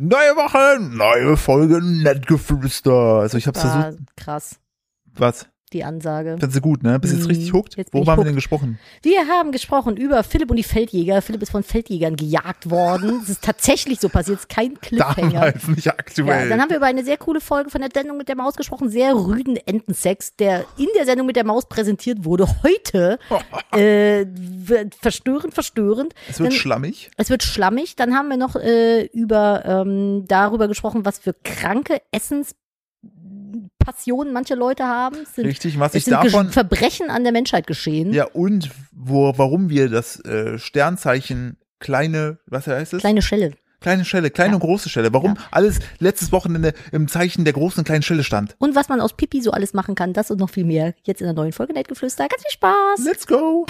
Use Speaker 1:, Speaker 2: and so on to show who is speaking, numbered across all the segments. Speaker 1: Neue Woche, neue Folge Nettgeflüster. Also ich habe
Speaker 2: War
Speaker 1: versucht,
Speaker 2: Ah, krass,
Speaker 1: was?
Speaker 2: die Ansage.
Speaker 1: Findest du gut, ne? Bist du jetzt
Speaker 2: Mhm.
Speaker 1: richtig hooked?
Speaker 2: Jetzt bin
Speaker 1: Worüber
Speaker 2: ich
Speaker 1: haben wir denn
Speaker 2: hooked.
Speaker 1: gesprochen?
Speaker 2: Wir haben gesprochen über Philipp und die Feldjäger. Philipp ist von Feldjägern gejagt worden. Es ist tatsächlich so passiert, es ist kein Cliffhanger.
Speaker 1: Damals, nicht
Speaker 2: Ja,
Speaker 1: aktuell.
Speaker 2: dann haben wir über eine sehr coole Folge von der Sendung mit der Maus gesprochen, sehr rüden Entensex, der in der Sendung mit der Maus präsentiert wurde. Heute äh, wird verstörend, verstörend.
Speaker 1: es wird
Speaker 2: dann,
Speaker 1: schlammig.
Speaker 2: es wird schlammig. Dann haben wir noch äh, über ähm, darüber gesprochen, was für kranke Essenspassionen manche Leute haben. Es Sind,
Speaker 1: Richtig, was
Speaker 2: es
Speaker 1: ich
Speaker 2: sind Gesch-
Speaker 1: davon.
Speaker 2: Verbrechen an der Menschheit geschehen.
Speaker 1: Ja, und wo, warum wir das äh, Sternzeichen kleine, was heißt es?
Speaker 2: Kleine Schelle.
Speaker 1: Kleine Schelle, kleine und große Schelle. Warum alles letztes Wochenende im Zeichen der großen und kleinen Schelle stand.
Speaker 2: Und was man aus Pipi so alles machen kann, das und noch viel mehr. Jetzt in der neuen Folge Nettgeflüster. Ganz viel Spaß.
Speaker 1: Let's go!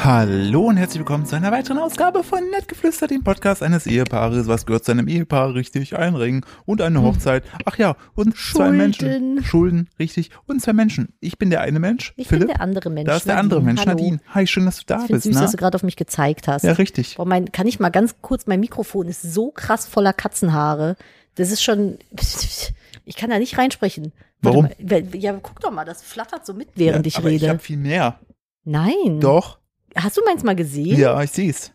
Speaker 1: Hallo und herzlich willkommen zu einer weiteren Ausgabe von Nettgeflüster, dem Podcast eines Ehepaares. Was gehört zu einem Ehepaar? Richtig, ein Ring und eine Hochzeit. Ach ja, und zwei
Speaker 2: Hm. Schulden.
Speaker 1: Menschen. Schulden, richtig. Und zwei Menschen. Ich bin der eine Mensch,
Speaker 2: Ich
Speaker 1: Philipp.
Speaker 2: bin der andere Mensch.
Speaker 1: da ist der andere Mensch,
Speaker 2: Hallo.
Speaker 1: Nadine. Hi, schön, dass du da
Speaker 2: Ich finde
Speaker 1: bist.
Speaker 2: süß,
Speaker 1: na?
Speaker 2: dass du gerade auf mich gezeigt hast.
Speaker 1: ja, richtig.
Speaker 2: Boah, mein, kann ich mal ganz kurz, mein Mikrofon ist so krass voller Katzenhaare. Das ist schon, ich kann da nicht reinsprechen.
Speaker 1: Warum?
Speaker 2: Mal, Weil- ja, guck doch mal, das flattert so mit, während
Speaker 1: ja,
Speaker 2: ich
Speaker 1: aber
Speaker 2: rede. Hm.
Speaker 1: Ich habe viel mehr.
Speaker 2: Nein.
Speaker 1: Doch.
Speaker 2: Hast du meins mal gesehen?
Speaker 1: Ja, ich sehe es.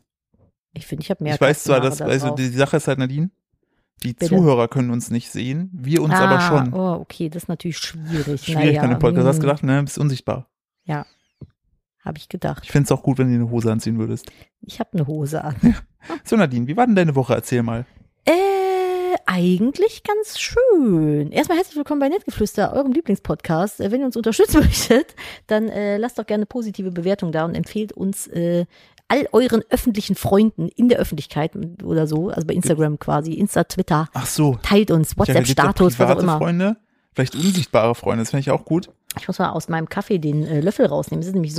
Speaker 2: Ich finde, ich habe mehr
Speaker 1: ich weiß zwar, dass,
Speaker 2: Katzenhaare da
Speaker 1: also
Speaker 2: drauf.
Speaker 1: die Sache ist halt, Nadine, die
Speaker 2: Bitte.
Speaker 1: Zuhörer können uns nicht sehen, wir uns
Speaker 2: ah,
Speaker 1: aber schon.
Speaker 2: Oh, okay, das ist natürlich schwierig.
Speaker 1: Schwierig
Speaker 2: naja,
Speaker 1: bei einem Podcast. Du hast
Speaker 2: hm,
Speaker 1: gedacht, ne, bist unsichtbar.
Speaker 2: Habe ich gedacht.
Speaker 1: Ich find's auch gut, wenn du eine Hose anziehen würdest.
Speaker 2: Ich habe eine Hose an.
Speaker 1: So, Nadine, wie war denn deine Woche? Erzähl mal.
Speaker 2: Äh, eigentlich ganz schön. Erstmal herzlich willkommen bei Nettgeflüster, eurem Lieblingspodcast. Äh, Wenn ihr uns unterstützen möchtet, dann äh, lasst doch gerne eine positive Bewertung da und empfehlt uns äh, all euren öffentlichen Freunden in der Öffentlichkeit oder so, also bei Instagram quasi, Insta, Twitter.
Speaker 1: Ach so.
Speaker 2: Teilt uns,
Speaker 1: Ich dachte, gibt's auch
Speaker 2: WhatsApp-Status, was auch
Speaker 1: private
Speaker 2: immer.
Speaker 1: Freunde, vielleicht unsichtbare Freunde, das finde ich auch gut.
Speaker 2: Ich muss mal aus meinem Kaffee den äh, Löffel rausnehmen. Es ist nämlich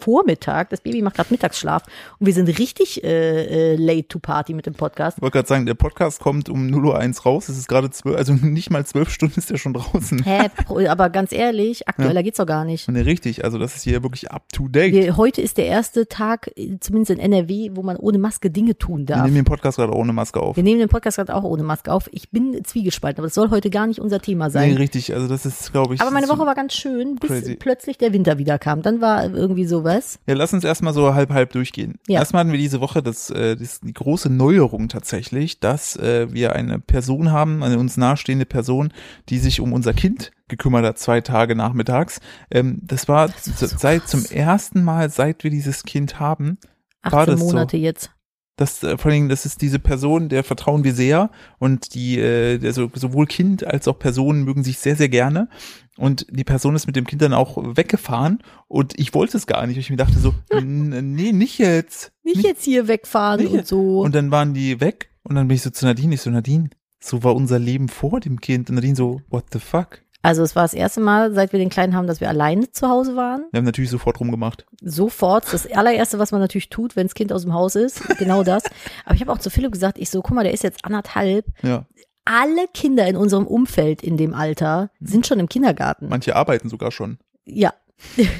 Speaker 2: Sonntagvormittag. Das Baby macht gerade Mittagsschlaf. Und wir sind richtig äh, äh, late to party mit dem Podcast.
Speaker 1: Ich wollte gerade sagen, der Podcast kommt um 0.01 Uhr raus. Es ist gerade zwölf, also nicht mal zwölf Stunden ist der schon draußen.
Speaker 2: Hä, pro- aber ganz ehrlich, aktueller geht's doch gar nicht.
Speaker 1: Ne, richtig. Also das ist hier wirklich up to date.
Speaker 2: Wir, heute ist der erste Tag, äh, zumindest in NRW, wo man ohne Maske Dinge tun
Speaker 1: Wir
Speaker 2: darf.
Speaker 1: nehmen den Podcast gerade ohne Maske auf.
Speaker 2: Wir nehmen den Podcast gerade auch ohne Maske auf. Ich bin zwiegespalten, aber das soll heute gar nicht unser Thema
Speaker 1: Nee,
Speaker 2: sein.
Speaker 1: richtig. Also das ist, glaube ich.
Speaker 2: aber meine
Speaker 1: so-
Speaker 2: Woche war ganz schön, bis
Speaker 1: Crazy.
Speaker 2: plötzlich der Winter wieder kam. Dann war irgendwie sowas.
Speaker 1: Ja, lass uns erstmal so halb halb durchgehen.
Speaker 2: Ja.
Speaker 1: Erstmal hatten wir diese Woche das, äh, das die große Neuerung tatsächlich, dass äh, wir eine Person haben, eine uns nahestehende Person, die sich um unser Kind gekümmert hat, zwei Tage nachmittags. Ähm, das war,
Speaker 2: war
Speaker 1: zu-
Speaker 2: so
Speaker 1: seit
Speaker 2: krass.
Speaker 1: zum ersten Mal, seit wir dieses Kind haben,
Speaker 2: 18
Speaker 1: das so?
Speaker 2: Monate jetzt.
Speaker 1: das äh, vor allen Dingen, das ist diese Person, der vertrauen wir sehr und die, äh, der so, sowohl Kind als auch Personen mögen sich sehr, sehr gerne. Und die Person ist mit dem Kind dann auch weggefahren und ich wollte es gar nicht. Ich mir dachte so, n- nee, nicht jetzt.
Speaker 2: Nicht, jetzt hier wegfahren
Speaker 1: nicht
Speaker 2: und
Speaker 1: jetzt.
Speaker 2: so.
Speaker 1: Und dann waren die weg und dann bin ich so zu Nadine, ich so, Nadine, so war unser Leben vor dem Kind. Und Nadine so, what the fuck?
Speaker 2: Also es war das erste Mal, seit wir den Kleinen haben, dass wir alleine zu Hause waren.
Speaker 1: Wir haben natürlich sofort rumgemacht.
Speaker 2: Sofort. Das allererste, was man natürlich tut, wenn das Kind aus dem Haus ist. Genau das. Aber ich habe auch zu Philipp gesagt, ich so, guck mal, der ist jetzt anderthalb.
Speaker 1: Ja,
Speaker 2: Alle Kinder in unserem Umfeld in dem Alter
Speaker 1: Hm.
Speaker 2: sind schon im Kindergarten.
Speaker 1: manche arbeiten sogar schon
Speaker 2: ja,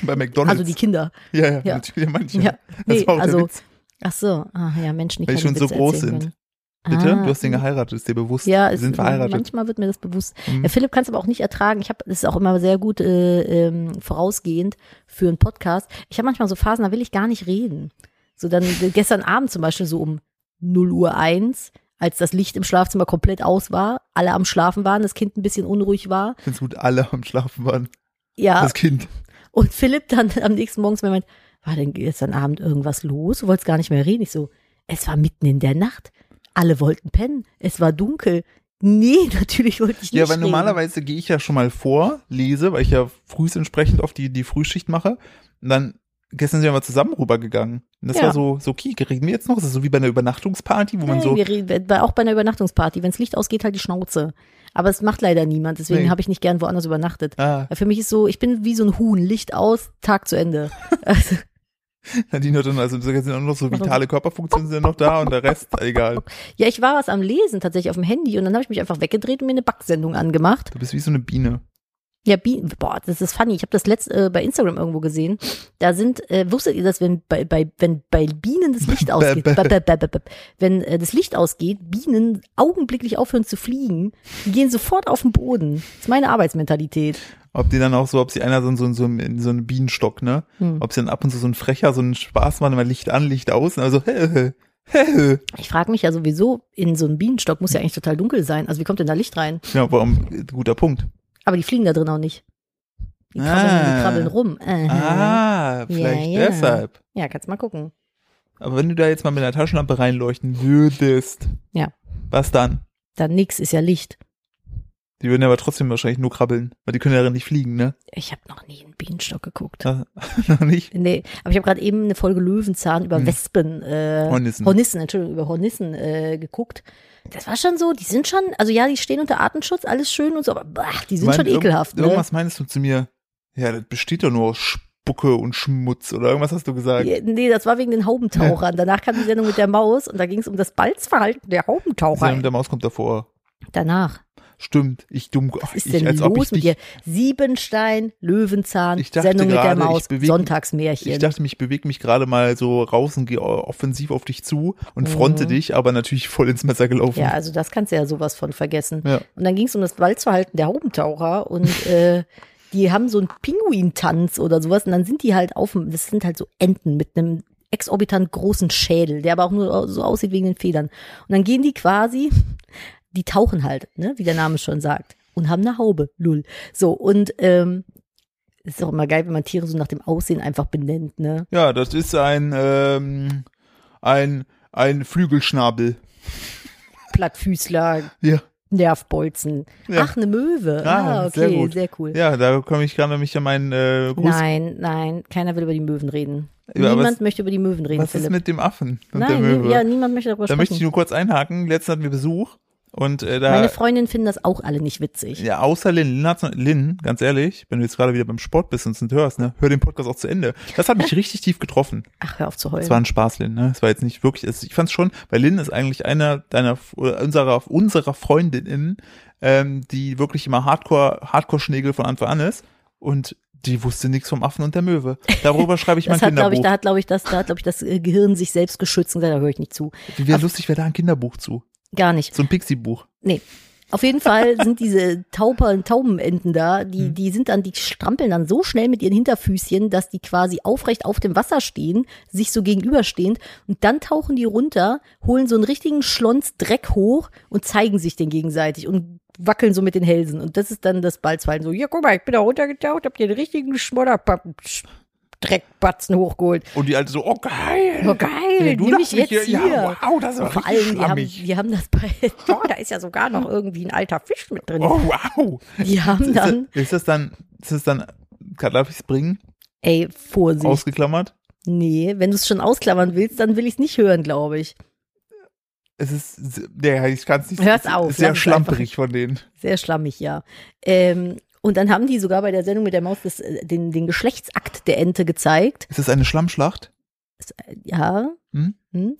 Speaker 1: bei McDonalds.
Speaker 2: also die Kinder.
Speaker 1: ja, ja,
Speaker 2: ja.
Speaker 1: natürlich manche.
Speaker 2: Ja, nee,
Speaker 1: das war auch der
Speaker 2: also,
Speaker 1: Witz.
Speaker 2: ach so, ah, ja, Menschen, die
Speaker 1: Weil die
Speaker 2: keine
Speaker 1: schon so
Speaker 2: Witze
Speaker 1: groß sind.
Speaker 2: erzählen Können.
Speaker 1: Bitte?
Speaker 2: Ah,
Speaker 1: du hast den geheiratet, ist dir bewusst.
Speaker 2: Ja, äh,
Speaker 1: wir
Speaker 2: es-
Speaker 1: sind verheiratet.
Speaker 2: manchmal wird mir das bewusst.
Speaker 1: Mhm.
Speaker 2: Ja, Philipp kann es aber auch nicht ertragen. Ich habe, das ist auch immer sehr gut äh, ähm, vorausgehend für einen Podcast. Ich habe manchmal so Phasen, da will ich gar nicht reden. So dann äh, gestern Abend zum Beispiel so um 0 Uhr 1, als das Licht im Schlafzimmer komplett aus war, alle am Schlafen waren, das Kind ein bisschen unruhig war.
Speaker 1: Ich find's gut, alle am Schlafen waren.
Speaker 2: Ja,
Speaker 1: Das Kind.
Speaker 2: und Philipp dann am nächsten Morgen zu mir meint, war denn gestern Abend irgendwas los? Du wolltest gar nicht mehr reden. Ich so, es war mitten in der Nacht. Alle wollten pennen. Es war dunkel. Nee, natürlich wollte ich nicht
Speaker 1: Ja, weil
Speaker 2: reden.
Speaker 1: normalerweise gehe ich ja schon mal vor, lese, weil ich ja frühs entsprechend auf die, die Frühschicht mache. Und dann gestern sind wir mal zusammen rübergegangen. Und das
Speaker 2: Ja.
Speaker 1: war so, so, okay, reden wir jetzt noch? Das ist so wie bei einer Übernachtungsparty, wo man
Speaker 2: Nein,
Speaker 1: so,
Speaker 2: wir reden, bei- auch bei einer Übernachtungsparty, wenn das Licht ausgeht, halt die Schnauze. Aber es macht leider niemand, deswegen
Speaker 1: Nee.
Speaker 2: habe ich nicht gern woanders übernachtet.
Speaker 1: ah,
Speaker 2: Weil Für mich ist so, ich bin wie so ein Huhn, Licht aus, Tag zu Ende. Also,
Speaker 1: Nadine hat dann, also sogar sind auch noch so vitale Körperfunktionen sind noch da und der Rest, egal.
Speaker 2: ja, ich war was am Lesen tatsächlich auf dem Handy und dann habe ich mich einfach weggedreht und mir eine Backsendung angemacht.
Speaker 1: Du bist wie so eine Biene.
Speaker 2: Ja, Bienen, boah, das ist funny. Ich habe das letzte äh, bei Instagram irgendwo gesehen. Da sind, äh, wusstet ihr, dass wenn bei, bei, wenn bei Bienen das Licht ausgeht,
Speaker 1: bäh.
Speaker 2: bäh, bäh, bäh, bäh, bäh. wenn äh, das Licht ausgeht, Bienen augenblicklich aufhören zu fliegen, die gehen sofort auf den Boden. Das ist meine Arbeitsmentalität.
Speaker 1: Ob die dann auch so, ob sie einer so, ein- so, ein- so, ein- so einen Bienenstock, ne?
Speaker 2: Hm. Mhm.
Speaker 1: Ob sie dann ab und zu so ein Frecher, so einen Spaß machen, immer Licht an, Licht aus, also hä, hä, hä.
Speaker 2: Ich frage mich ja sowieso, in so einem Bienenstock muss ja eigentlich total dunkel sein. Also wie kommt denn da Licht rein?
Speaker 1: Ja, warum? Guter Punkt.
Speaker 2: Aber die fliegen da drin auch nicht. Die krabbeln,
Speaker 1: Ah.
Speaker 2: die krabbeln rum. Aha.
Speaker 1: Ah, vielleicht
Speaker 2: Mhm. Ja, ja.
Speaker 1: deshalb.
Speaker 2: Ja, kannst mal gucken.
Speaker 1: Aber wenn du da jetzt mal mit einer Taschenlampe reinleuchten würdest,
Speaker 2: Ja.
Speaker 1: was dann?
Speaker 2: Dann nix, ist ja Licht.
Speaker 1: Die würden ja aber trotzdem wahrscheinlich nur krabbeln, weil die können ja nicht fliegen, ne?
Speaker 2: Ich habe noch nie einen Bienenstock geguckt.
Speaker 1: Das, noch nicht.
Speaker 2: Nee, aber ich habe gerade eben eine Folge Löwenzahn über
Speaker 1: Hm.
Speaker 2: Wespen, äh,
Speaker 1: Hornissen.
Speaker 2: Hornissen, Entschuldigung, über Hornissen äh, geguckt. Das war schon so, die sind schon, also ja, die stehen unter Artenschutz, alles schön und so, aber bah, die sind
Speaker 1: Ich mein,
Speaker 2: schon ekelhaft.
Speaker 1: Irgend,
Speaker 2: Ne?
Speaker 1: irgendwas meinst du zu mir? Ja, das besteht doch nur aus Spucke und Schmutz oder irgendwas hast du gesagt.
Speaker 2: Ja, Nee, das war wegen den Haubentauchern. Danach kam die Sendung mit der Maus und da ging es um das Balzverhalten der
Speaker 1: Ja,
Speaker 2: Haubentaucher.
Speaker 1: mit der Maus kommt davor.
Speaker 2: Danach.
Speaker 1: Stimmt, ich dumm.
Speaker 2: Was ist
Speaker 1: ich,
Speaker 2: denn
Speaker 1: als ob ich
Speaker 2: los mit
Speaker 1: dich,
Speaker 2: dir? Siebenstein, Löwenzahn,
Speaker 1: Ich dachte
Speaker 2: Sendung mit
Speaker 1: gerade,
Speaker 2: der
Speaker 1: ich
Speaker 2: Maus,
Speaker 1: bewege-
Speaker 2: Sonntagsmärchen.
Speaker 1: Ich dachte, ich bewege mich gerade mal so raus und gehe offensiv auf dich zu und fronte
Speaker 2: Mhm.
Speaker 1: dich, aber natürlich voll ins Messer gelaufen.
Speaker 2: Ja, also das kannst du ja sowas von vergessen.
Speaker 1: Ja.
Speaker 2: Und dann ging es um das Walzverhalten der Haubentaucher und äh, die haben so einen Pinguintanz oder sowas und dann sind die halt auf dem, das sind halt so Enten mit einem exorbitant großen Schädel, der aber auch nur so aussieht wegen den Federn. Und dann gehen die quasi, die tauchen halt, ne, wie der Name schon sagt, und haben eine Haube, lull. So, und ähm, es ist auch immer geil, wenn man Tiere so nach dem Aussehen einfach benennt, ne?
Speaker 1: Ja, das ist ein, ähm, ein, ein Flügelschnabel.
Speaker 2: Plattfüßler,
Speaker 1: Ja,
Speaker 2: Nervbolzen.
Speaker 1: Ja.
Speaker 2: Ach, eine Möwe.
Speaker 1: Ah,
Speaker 2: Ah, okay,
Speaker 1: sehr gut.
Speaker 2: sehr cool.
Speaker 1: ja da komme ich gerade mich an meinen äh, Gruß.
Speaker 2: Nein, nein, keiner will über die Möwen reden.
Speaker 1: Ja, aber
Speaker 2: niemand möchte über die Möwen reden,
Speaker 1: Was ist
Speaker 2: Philipp.
Speaker 1: mit dem Affen und
Speaker 2: nein,
Speaker 1: der Möwe?
Speaker 2: nie- ja, niemand möchte darüber
Speaker 1: da möchte ich
Speaker 2: sprechen.
Speaker 1: nur kurz einhaken. Letztens hatten wir Besuch und äh, da
Speaker 2: Meine Freundinnen finden das auch alle nicht witzig.
Speaker 1: Ja, außer Lin. Lin, hat's, Lin, ganz ehrlich, wenn du jetzt gerade wieder beim Sport bist und es nicht hörst, ne, hör den Podcast auch zu Ende. Das hat mich richtig tief getroffen.
Speaker 2: Ach, hör auf zu
Speaker 1: Es
Speaker 2: heulen.
Speaker 1: war ein Spaß, Lin, ne? Es war jetzt nicht wirklich, es, ich fand's schon, weil Lin ist eigentlich einer deiner, oder unserer, unserer Freundinnen, ähm, die wirklich immer Hardcore, Hardcore-Schnägel von Anfang an ist und die wusste nichts vom Affen und der Möwe. Darüber schreibe ich mein
Speaker 2: das hat, glaube ich,
Speaker 1: Kinderbuch.
Speaker 2: da hat, glaube ich, das, da hat, glaube ich, das äh, Gehirn sich selbst geschützt und gesagt, da höre ich nicht zu.
Speaker 1: Wie wär lustig wäre da ein Kinderbuch zu.
Speaker 2: Gar nicht.
Speaker 1: So ein Pixie-Buch.
Speaker 2: Nee. Auf jeden Fall sind diese Tauber, Taubenenten da, die, die sind dann, die strampeln dann so schnell mit ihren Hinterfüßchen, dass die quasi aufrecht auf dem Wasser stehen, sich so gegenüberstehend und dann tauchen die runter, holen so einen richtigen Schlons Dreck hoch und zeigen sich den gegenseitig und wackeln so mit den Hälsen. Und das ist dann das Balzfallen. So, ja, guck mal, ich bin da runtergetaucht, hab dir den richtigen Schmodderpappen, Sch- Dreckbatzen hochgeholt.
Speaker 1: Und die alte so, oh geil.
Speaker 2: Oh, geil,
Speaker 1: Ja, du
Speaker 2: nimm mich
Speaker 1: dachtest
Speaker 2: jetzt
Speaker 1: hier,
Speaker 2: hier.
Speaker 1: Ja, wow, das ist
Speaker 2: Und
Speaker 1: aber
Speaker 2: vor
Speaker 1: richtig
Speaker 2: allem, wir haben,
Speaker 1: schlammig.
Speaker 2: wir haben das bei, oh, da ist ja sogar noch irgendwie ein alter Fisch mit drin.
Speaker 1: Oh, wow.
Speaker 2: Die haben
Speaker 1: Ist
Speaker 2: dann,
Speaker 1: das, ist das dann, ist das dann, darf ich es bringen?
Speaker 2: ey, Vorsicht.
Speaker 1: Ausgeklammert?
Speaker 2: nee, wenn du es schon ausklammern willst, dann will ich es nicht hören, glaube ich.
Speaker 1: Es ist, nee, ich kann es nicht.
Speaker 2: Hör's
Speaker 1: es
Speaker 2: auf,
Speaker 1: Ist sehr
Speaker 2: lass es
Speaker 1: schlamperig von denen.
Speaker 2: Sehr schlammig, ja. Ähm, und dann haben die sogar bei der Sendung mit der Maus das, äh, den, den Geschlechtsakt der Ente gezeigt.
Speaker 1: Ist es eine Schlammschlacht?
Speaker 2: Ja.
Speaker 1: Hm?
Speaker 2: Hm.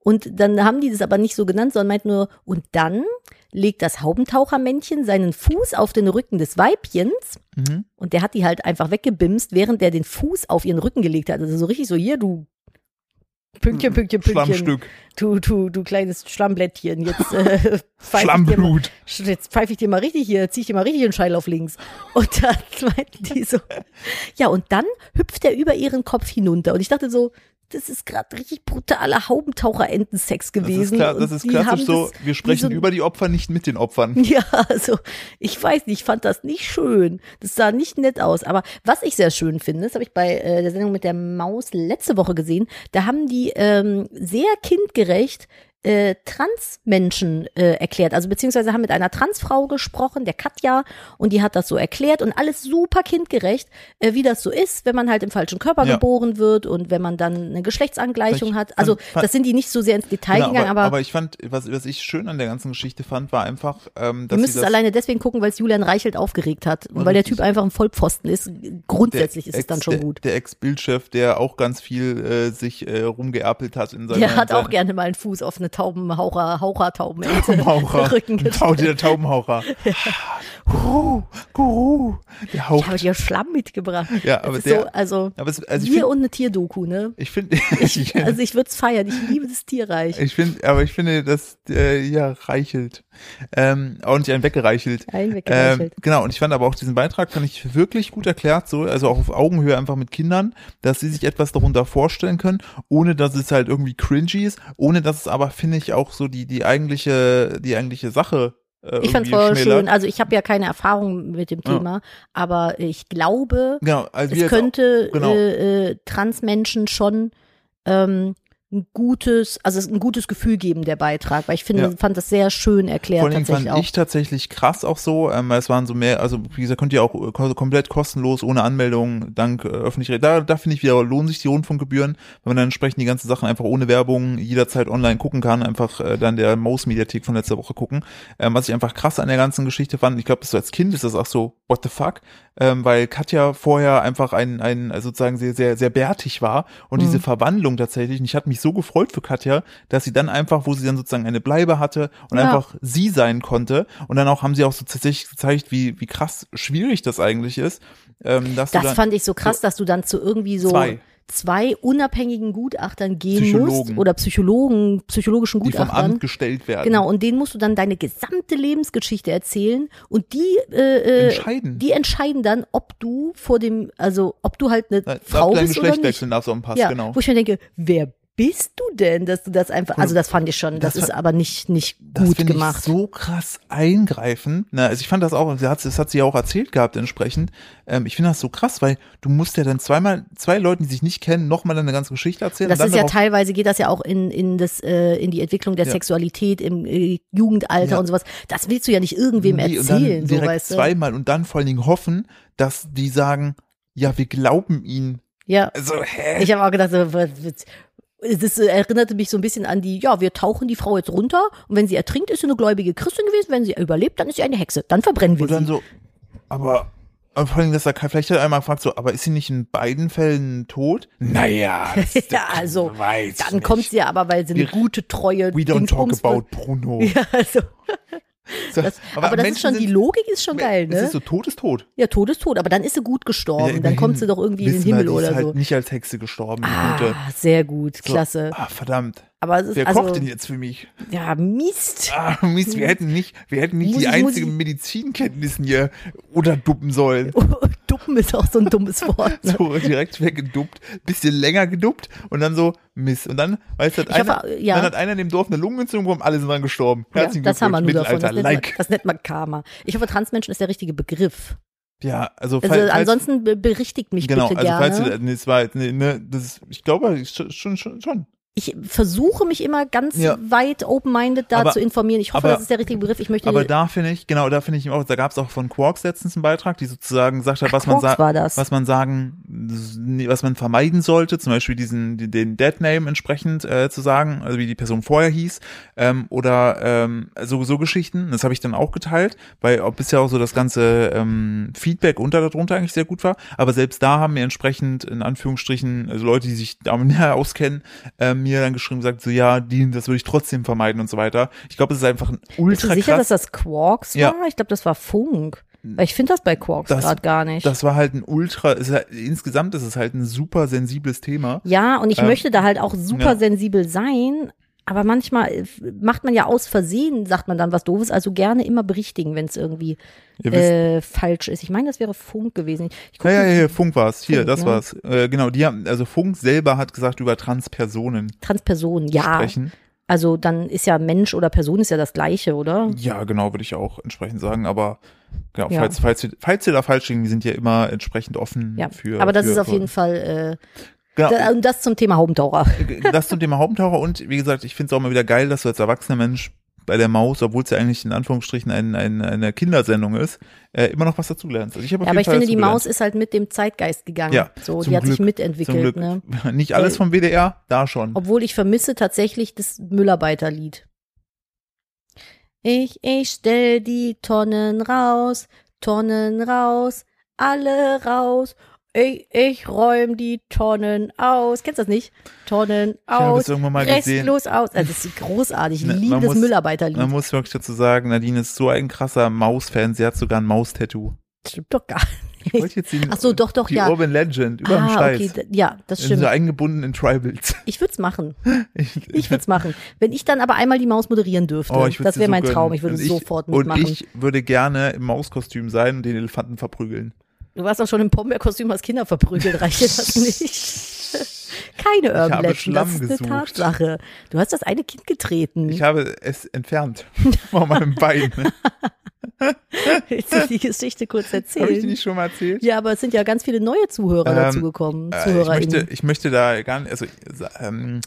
Speaker 2: Und dann haben die das aber nicht so genannt, sondern meint nur, und dann legt das Haubentauchermännchen seinen Fuß auf den Rücken des Weibchens
Speaker 1: Mhm.
Speaker 2: Und der hat die halt einfach weggebimst, während der den Fuß auf ihren Rücken gelegt hat. Also so richtig so, hier, du Pünktchen, Pünktchen, Pünktchen.
Speaker 1: Schlammstück,
Speaker 2: Du, du, du kleines Schlammblättchen. Jetzt, äh, pfeif ich dir mal,
Speaker 1: Schlammblut.
Speaker 2: sch- jetzt pfeif ich dir mal richtig hier, zieh ich dir mal richtig einen Scheil auf links. Und dann meinten die so, ja, und dann hüpft er über ihren Kopf hinunter. Und ich dachte so, das ist gerade richtig brutaler Haubentaucher-Entensex
Speaker 1: Das ist,
Speaker 2: gewesen.
Speaker 1: klar,
Speaker 2: Und
Speaker 1: das ist
Speaker 2: die haben
Speaker 1: klassisch so,
Speaker 2: das-
Speaker 1: wir sprechen
Speaker 2: so-
Speaker 1: über die Opfer, nicht mit den Opfern.
Speaker 2: ja, also ich weiß nicht, ich fand das nicht schön. Das sah nicht nett aus. Aber was ich sehr schön finde, das habe ich bei äh, der Sendung mit der Maus letzte Woche gesehen, da haben die ähm, sehr kindgerecht äh, Transmenschen äh, erklärt. Also beziehungsweise haben mit einer Transfrau gesprochen, der Katja, und die hat das so erklärt und alles super kindgerecht, äh, wie das so ist, wenn man halt im falschen Körper
Speaker 1: Ja.
Speaker 2: geboren wird und wenn man dann eine Geschlechtsangleichung
Speaker 1: Ich
Speaker 2: hat. Also
Speaker 1: fand-
Speaker 2: das sind die nicht so sehr ins Detail
Speaker 1: Genau,
Speaker 2: gegangen,
Speaker 1: aber,
Speaker 2: aber,
Speaker 1: aber ich fand, was, was ich schön an der ganzen Geschichte fand, war einfach, ähm, dass
Speaker 2: Ihr
Speaker 1: sie
Speaker 2: müsst es
Speaker 1: das-
Speaker 2: alleine deswegen gucken, weil es Julian Reichelt aufgeregt hat und weil der
Speaker 1: Richtig.
Speaker 2: Typ einfach ein Vollpfosten ist. Grundsätzlich ist es
Speaker 1: Ex-
Speaker 2: dann schon
Speaker 1: der,
Speaker 2: gut.
Speaker 1: Der Ex-Bildchef, der auch ganz viel äh, sich äh, rumgeerpelt hat in seiner
Speaker 2: Der hat
Speaker 1: in seiner-
Speaker 2: auch gerne mal einen Fuß auf eine eine Taubenhaucher, Hauchertaubenente
Speaker 1: Taubenhaucher.
Speaker 2: Rücken
Speaker 1: Tau, der Taubenhaucher. Guru, Guru. Der
Speaker 2: Ich habe
Speaker 1: haucht.
Speaker 2: dir Schlamm mitgebracht.
Speaker 1: Ja,
Speaker 2: Das
Speaker 1: aber
Speaker 2: ist
Speaker 1: der-
Speaker 2: so, also,
Speaker 1: Aber es, also ich
Speaker 2: Bier
Speaker 1: finde,
Speaker 2: und eine Tierdoku, ne?
Speaker 1: ich finde,
Speaker 2: Ich, also ich würde es feiern. Ich liebe das Tierreich.
Speaker 1: ich finde, aber ich finde, das, äh, ja, reichelt. Ähm, ordentlich einen weggereichelt.
Speaker 2: Ein
Speaker 1: Ähm,
Speaker 2: weggereichelt.
Speaker 1: genau, und ich fand aber auch diesen Beitrag, fand ich wirklich gut erklärt, so, also auch auf Augenhöhe einfach mit Kindern, dass sie sich etwas darunter vorstellen können, ohne dass es halt irgendwie cringy ist, ohne dass es aber, finde ich, auch so die, die eigentliche, die eigentliche Sache äh,
Speaker 2: ich fand's
Speaker 1: irgendwie
Speaker 2: voll
Speaker 1: schmälert.
Speaker 2: schön. Also ich habe ja keine Erfahrung mit dem
Speaker 1: Ja.
Speaker 2: Thema, aber ich glaube,
Speaker 1: Genau, also wir
Speaker 2: es
Speaker 1: jetzt auch-
Speaker 2: könnte
Speaker 1: genau.
Speaker 2: äh, äh, Transmenschen schon ähm, ein gutes, also es ein gutes Gefühl geben, der Beitrag, weil ich finde,
Speaker 1: Ja.
Speaker 2: fand das sehr schön erklärt
Speaker 1: Vor allem
Speaker 2: tatsächlich
Speaker 1: fand
Speaker 2: auch.
Speaker 1: ich tatsächlich krass auch so. Ähm, es waren so mehr, also wie gesagt, könnt ihr auch äh, ko- komplett kostenlos, ohne Anmeldung, dank äh, öffentlich. Da, da finde ich wieder, lohnen sich die Rundfunkgebühren, wenn man dann entsprechend die ganzen Sachen einfach ohne Werbung jederzeit online gucken kann. Einfach äh, dann der Maus-Mediathek von letzter Woche gucken. Ähm, was ich einfach krass an der ganzen Geschichte fand, ich glaube, so als Kind ist das auch so, what the fuck? Ähm, weil Katja vorher einfach ein, ein also sozusagen sehr, sehr, sehr bärtig war und
Speaker 2: Mhm.
Speaker 1: diese Verwandlung tatsächlich. Und ich hatte mich so gefreut für Katja, dass sie dann einfach, wo sie dann sozusagen eine Bleibe hatte und
Speaker 2: Ja.
Speaker 1: einfach einfach sie sein konnte. Und dann auch haben sie auch so tatsächlich gezeigt, wie, wie krass schwierig das eigentlich ist. Ähm, dass du
Speaker 2: Das
Speaker 1: dann,
Speaker 2: fand ich so krass, dass du dann zu irgendwie so
Speaker 1: Zwei.
Speaker 2: zwei unabhängigen Gutachtern gehen musst
Speaker 1: Psychologen.
Speaker 2: oder Psychologen, psychologischen
Speaker 1: die vom
Speaker 2: Gutachtern.
Speaker 1: Amt gestellt werden.
Speaker 2: Genau, und denen musst du dann deine gesamte Lebensgeschichte erzählen und die, äh, äh,
Speaker 1: Entscheiden.
Speaker 2: die entscheiden dann, ob du vor dem, also ob du halt eine
Speaker 1: Nein,
Speaker 2: Frau
Speaker 1: darf dein
Speaker 2: bist oder
Speaker 1: Geschlecht
Speaker 2: nicht.
Speaker 1: wechseln, darfst du am Pass,
Speaker 2: ja,
Speaker 1: genau.
Speaker 2: wo ich mir denke, wer bist du denn, dass du das einfach, also das fand ich schon, das,
Speaker 1: Das
Speaker 2: ist aber nicht, nicht
Speaker 1: Das
Speaker 2: gut
Speaker 1: finde ich
Speaker 2: gemacht.
Speaker 1: so krass eingreifend. Na, also ich fand das auch, und sie hat, das hat sie ja auch erzählt gehabt entsprechend. Ähm, ich finde das so krass, weil du musst ja dann zweimal, zwei Leuten, die sich nicht kennen, nochmal deine ganze Geschichte erzählen.
Speaker 2: das
Speaker 1: und dann
Speaker 2: ist ja
Speaker 1: darauf-
Speaker 2: teilweise geht das ja auch in in das äh, in die Entwicklung der
Speaker 1: Ja.
Speaker 2: Sexualität im äh, Jugendalter
Speaker 1: Ja.
Speaker 2: und sowas. Das willst du ja nicht irgendwem
Speaker 1: Nee,
Speaker 2: erzählen,
Speaker 1: und dann
Speaker 2: so
Speaker 1: direkt
Speaker 2: weißt du.
Speaker 1: zweimal und dann vor allen Dingen hoffen, dass die sagen, ja, wir glauben ihnen.
Speaker 2: Ja,
Speaker 1: Also, hä?
Speaker 2: ich habe auch gedacht, so, was- was- das äh, erinnerte mich so ein bisschen an die, ja, wir tauchen die Frau jetzt runter und wenn sie ertrinkt, ist sie eine gläubige Christin gewesen, wenn sie überlebt, dann ist sie eine Hexe, dann verbrennen wir
Speaker 1: Und dann
Speaker 2: sie.
Speaker 1: so, aber, aber vor allem, dass er vielleicht hat einmal gefragt, so, aber ist sie nicht in beiden Fällen tot? Naja, das-
Speaker 2: ja, also
Speaker 1: weiß ich
Speaker 2: dann kommt
Speaker 1: nicht.
Speaker 2: sie ja aber, weil sie eine
Speaker 1: Wir-
Speaker 2: gute Treue
Speaker 1: We don't talk
Speaker 2: Dingsbums-
Speaker 1: about Bruno.
Speaker 2: Ja, also
Speaker 1: So,
Speaker 2: Das, aber das ist schon, die Logik ist schon geil,
Speaker 1: Es
Speaker 2: ne?
Speaker 1: ist so, tot ist tot.
Speaker 2: ja, Tod ist tot, aber dann ist sie gut gestorben. dann kommt sie doch irgendwie in den
Speaker 1: Äh, wissen wir,
Speaker 2: Himmel
Speaker 1: die ist
Speaker 2: oder
Speaker 1: halt
Speaker 2: so.
Speaker 1: nicht als Hexe gestorben. die Gute.
Speaker 2: Ah, sehr gut,
Speaker 1: So,
Speaker 2: klasse.
Speaker 1: Ah, verdammt.
Speaker 2: Aber es ist
Speaker 1: Wer kocht denn
Speaker 2: also,
Speaker 1: jetzt für mich?
Speaker 2: ja, Mist.
Speaker 1: Ah, Mist, wir hätten nicht, wir hätten nicht
Speaker 2: Muss
Speaker 1: die
Speaker 2: ich- muss
Speaker 1: einzigen
Speaker 2: ich-
Speaker 1: Medizinkenntnissen hier unterduppen sollen.
Speaker 2: Duppen ist auch so ein dummes Wort. Ne?
Speaker 1: So direkt weggeduppt, bisschen länger geduppt und dann so Mist. Und dann, weißt du, hat
Speaker 2: Ich hoffe,
Speaker 1: einer,
Speaker 2: ja.
Speaker 1: dann hat einer in dem Dorf eine Lungenentzündung bekommen, alle sind dran gestorben.
Speaker 2: Ja,
Speaker 1: Herzlichen
Speaker 2: das haben wir nur
Speaker 1: Glückwunsch,
Speaker 2: davon. Das nennt,
Speaker 1: Mittelalter,
Speaker 2: man,
Speaker 1: like.
Speaker 2: das nennt man Karma. Ich hoffe, Transmenschen ist der richtige Begriff.
Speaker 1: Ja, also,
Speaker 2: Also
Speaker 1: falls,
Speaker 2: ansonsten be- berichtigt mich
Speaker 1: genau,
Speaker 2: bitte
Speaker 1: also
Speaker 2: gerne.
Speaker 1: falls du, nee, es war, nee, ne, das ist, ich glaube, schon, schon, schon, schon.
Speaker 2: ich versuche mich immer ganz
Speaker 1: Ja.
Speaker 2: weit open-minded da
Speaker 1: Aber-
Speaker 2: zu informieren. Ich hoffe,
Speaker 1: aber-
Speaker 2: das ist der richtige Begriff. Ich möchte
Speaker 1: Aber da finde ich, genau, da finde ich auch, da gab es auch von Quarks letztens einen Beitrag, die sozusagen gesagt hat, was man
Speaker 2: Quarks
Speaker 1: sagt,
Speaker 2: war das.
Speaker 1: was man sagen, was man vermeiden sollte, zum Beispiel diesen, den Deadname entsprechend äh, zu sagen, also wie die Person vorher hieß, ähm, oder ähm, so, so Geschichten. Das habe ich dann auch geteilt, weil auch bisher auch so das ganze ähm, Feedback unter darunter eigentlich sehr gut war. Aber selbst da haben mir entsprechend in Anführungsstrichen, also Leute, die sich damit näher auskennen, äh, mir dann geschrieben gesagt, so ja, die, das würde ich trotzdem vermeiden und so weiter. Ich glaube, es ist einfach ein
Speaker 2: Bist
Speaker 1: ultra
Speaker 2: du sicher,
Speaker 1: krass.
Speaker 2: dass das Quarks
Speaker 1: Ja. Hm.
Speaker 2: war? Ich glaube, das war Funk. Weil ich finde das bei Quarks
Speaker 1: Das-
Speaker 2: gerade gar nicht.
Speaker 1: Das war halt ein ultra, es ist halt, insgesamt ist es halt ein super sensibles Thema.
Speaker 2: ja, und ich
Speaker 1: Ähm,
Speaker 2: möchte da halt auch super
Speaker 1: ja.
Speaker 2: sensibel sein, aber manchmal äh, macht man ja aus Versehen, sagt man dann was Doofes, also gerne immer berichtigen, wenn es irgendwie
Speaker 1: Ihr wisst,
Speaker 2: äh, falsch ist. Ich meine, das wäre Funk gewesen. Ich guck
Speaker 1: ja, ja,
Speaker 2: mal,
Speaker 1: ja, Funk war's. Hier,
Speaker 2: Funk,
Speaker 1: das
Speaker 2: ne?
Speaker 1: war's. Äh, genau, die haben, also Funk selber hat gesagt über Transpersonen
Speaker 2: Transpersonen, ja.
Speaker 1: sprechen.
Speaker 2: Also dann ist ja Mensch oder Person ist ja das gleiche, oder?
Speaker 1: Ja, genau, würde ich auch entsprechend sagen, aber genau,
Speaker 2: Ja.
Speaker 1: falls, falls, wir, falls wir da falsch liegen, wir sind ja immer entsprechend offen
Speaker 2: Ja,
Speaker 1: für.
Speaker 2: aber das
Speaker 1: für,
Speaker 2: ist auf
Speaker 1: für-
Speaker 2: jeden Fall, äh,
Speaker 1: Genau, äh,
Speaker 2: da, und das zum Thema Haubentaucher.
Speaker 1: das zum Thema Haubentaucher und wie gesagt, ich finde es auch mal wieder geil, dass du als erwachsener Mensch bei der Maus, obwohl es ja eigentlich in Anführungsstrichen ein, ein, eine Kindersendung ist, äh, immer noch was dazulernst. Also ich hab auf
Speaker 2: Ja,
Speaker 1: jeden
Speaker 2: aber ich
Speaker 1: Fall
Speaker 2: finde, die
Speaker 1: dazugelernt.
Speaker 2: Maus ist halt mit dem Zeitgeist gegangen.
Speaker 1: Ja,
Speaker 2: ne? so,
Speaker 1: zum
Speaker 2: die hat sich
Speaker 1: Glück,
Speaker 2: mitentwickelt, ne?
Speaker 1: Zum Glück. Nicht alles vom WDR, da schon.
Speaker 2: Obwohl ich vermisse tatsächlich das Müllarbeiterlied. Ich, ich stell die Tonnen raus, Tonnen raus, alle raus. Ich, ich räume die Tonnen aus. Kennst du das nicht? Tonnen
Speaker 1: Ich habe das
Speaker 2: aus.
Speaker 1: irgendwann mal gesehen.
Speaker 2: Restlos aus. Also, das ist großartig. Ich
Speaker 1: Ne,
Speaker 2: liebe
Speaker 1: man
Speaker 2: das
Speaker 1: muss- Man
Speaker 2: Müllarbeiterlied.
Speaker 1: muss wirklich dazu sagen, Nadine ist so ein krasser Maus-Fan. Sie hat sogar ein Maus-Tattoo.
Speaker 2: Stimmt doch gar
Speaker 1: Ich
Speaker 2: nicht.
Speaker 1: wollte jetzt den-
Speaker 2: Ach so, doch, doch,
Speaker 1: die
Speaker 2: ja.
Speaker 1: Urban Legend über dem
Speaker 2: ah,
Speaker 1: Steiß.
Speaker 2: okay, d- ja, das
Speaker 1: sind
Speaker 2: stimmt.
Speaker 1: so eingebunden in Tribals.
Speaker 2: Ich würde es machen.
Speaker 1: Ich,
Speaker 2: Ich würde es machen. Wenn ich dann aber einmal die Maus moderieren dürfte,
Speaker 1: Oh, ich würd's
Speaker 2: das
Speaker 1: dir
Speaker 2: wäre
Speaker 1: so
Speaker 2: mein
Speaker 1: gönnen.
Speaker 2: Traum. Ich würde
Speaker 1: Und
Speaker 2: sofort mitmachen.
Speaker 1: Und ich würde gerne im Mauskostüm sein und den Elefanten verprügeln.
Speaker 2: du warst auch schon im Pombeerkostüm als Kinder verprügelt, reicht dir das nicht? Keine Urban
Speaker 1: habe
Speaker 2: Legend, das
Speaker 1: Schlamm
Speaker 2: ist eine
Speaker 1: gesucht.
Speaker 2: Tatsache. Du hast das eine Kind getreten.
Speaker 1: Ich habe es entfernt von meinem Bein.
Speaker 2: Willst du die Geschichte kurz
Speaker 1: habe ich dir
Speaker 2: erzählen?
Speaker 1: nicht schon mal erzählt?
Speaker 2: Ja, aber es sind ja ganz viele neue Zuhörer
Speaker 1: Ähm,
Speaker 2: dazugekommen.
Speaker 1: Äh, ich, möchte,
Speaker 2: ZuhörerInnen.
Speaker 1: ich möchte da gar nicht, also, ähm,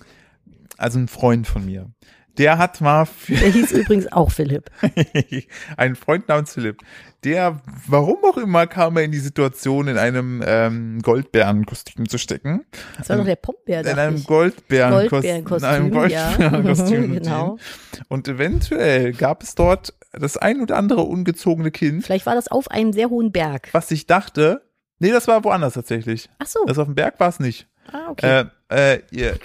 Speaker 1: also ein Freund von mir, der hat mal für
Speaker 2: Der hieß übrigens auch Philipp.
Speaker 1: einen Freund namens Philipp, der, warum auch immer, kam er in die Situation, in einem ähm, Goldbärenkostüm zu stecken.
Speaker 2: Das war doch der
Speaker 1: Ähm,
Speaker 2: Pombeer,
Speaker 1: in
Speaker 2: dachte
Speaker 1: einem
Speaker 2: ich.
Speaker 1: Goldbärenkostüm. In
Speaker 2: Goldbärenkostüm,
Speaker 1: einem
Speaker 2: ja.
Speaker 1: Goldbärenkostüm.
Speaker 2: Genau.
Speaker 1: Und eventuell gab es dort das ein oder andere ungezogene Kind,
Speaker 2: Vielleicht war das auf einem sehr hohen Berg.
Speaker 1: was ich dachte, nee, das war woanders tatsächlich.
Speaker 2: Ach so.
Speaker 1: Das Also auf dem Berg war es nicht.
Speaker 2: Oh. Ah, okay.
Speaker 1: Äh, äh, ihr-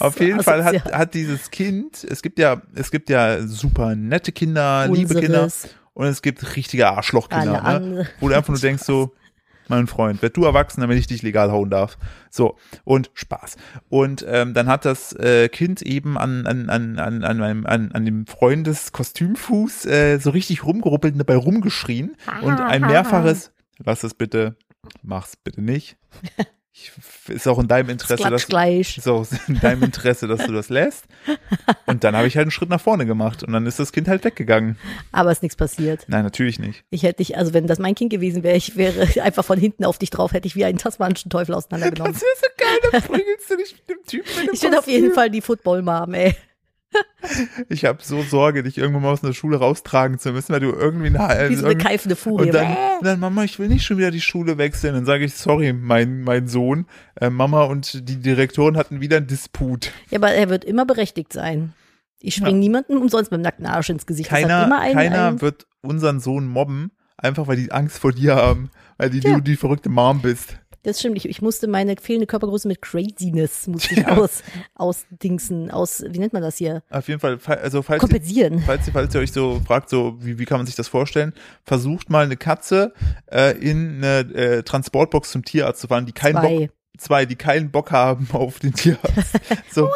Speaker 1: Auf
Speaker 2: So
Speaker 1: jeden Fall hat,
Speaker 2: asozial.
Speaker 1: hat dieses Kind, es gibt ja, es gibt ja super nette Kinder, liebe Kinder
Speaker 2: Unseres,
Speaker 1: und es gibt richtige
Speaker 2: alle
Speaker 1: Arschlochkinder, ne?
Speaker 2: andere.
Speaker 1: wo du einfach nur denkst so, mein Freund, werd du erwachsen, damit ich dich legal hauen darf. So, und Spaß. Und ähm, dann hat das äh, Kind eben an, an, an, an, an, meinem, an, an dem Freundeskostümfuß äh, so richtig rumgeruppelt und dabei rumgeschrien und ein mehrfaches, lass es bitte, mach's bitte nicht. Ich, ist auch in deinem Interesse, dass,
Speaker 2: Klatschgleich.
Speaker 1: ist auch in deinem Interesse, dass du das lässt. Und dann habe ich halt einen Schritt nach vorne gemacht und dann ist das Kind halt weggegangen.
Speaker 2: Aber ist nichts passiert.
Speaker 1: Nein, natürlich nicht.
Speaker 2: Ich hätte dich, also wenn das mein Kind gewesen wäre, ich wäre einfach von hinten auf dich drauf, hätte ich wie einen tasmanischen Teufel auseinandergenommen.
Speaker 1: Das wäre so geil, dann prügelst du dich mit dem Typen. mit dem
Speaker 2: Ich bin auf jeden Fall die Football-Mom, ey.
Speaker 1: Kostüm. Ich habe so Sorge, dich irgendwann mal aus einer Schule raustragen zu müssen, weil du irgendwie eine
Speaker 2: Wie so eine
Speaker 1: irgendwie-
Speaker 2: keifende Furie.
Speaker 1: und dann, dann, Mama, ich will nicht schon wieder die Schule wechseln. Dann sage ich, sorry, mein, mein Sohn, äh, Mama und die Direktoren hatten wieder einen Disput.
Speaker 2: ja, aber er wird immer berechtigt sein. Ich springe
Speaker 1: Ja.
Speaker 2: niemandem umsonst mit dem nackten Arsch ins Gesicht. das hat
Speaker 1: Keiner,
Speaker 2: immer einen,
Speaker 1: keiner
Speaker 2: einen
Speaker 1: wird unseren Sohn mobben, einfach weil die Angst vor dir haben, weil die,
Speaker 2: Tja.
Speaker 1: du die verrückte Mom bist.
Speaker 2: das stimmt. Ich, ich musste meine fehlende Körpergröße mit Craziness, musste ich aus, ausdingsen, aus, wie nennt man das hier?
Speaker 1: Auf jeden Fall, fa- also falls ihr-
Speaker 2: Kompensieren.
Speaker 1: Falls ihr, falls ihr euch so fragt, so wie, wie kann man sich das vorstellen, versucht mal eine Katze äh, in eine äh, Transportbox zum Tierarzt zu fahren, die keinen Bock
Speaker 2: Zwei.
Speaker 1: zwei, die keinen Bock haben auf den Tierarzt.
Speaker 2: Oh,
Speaker 1: So,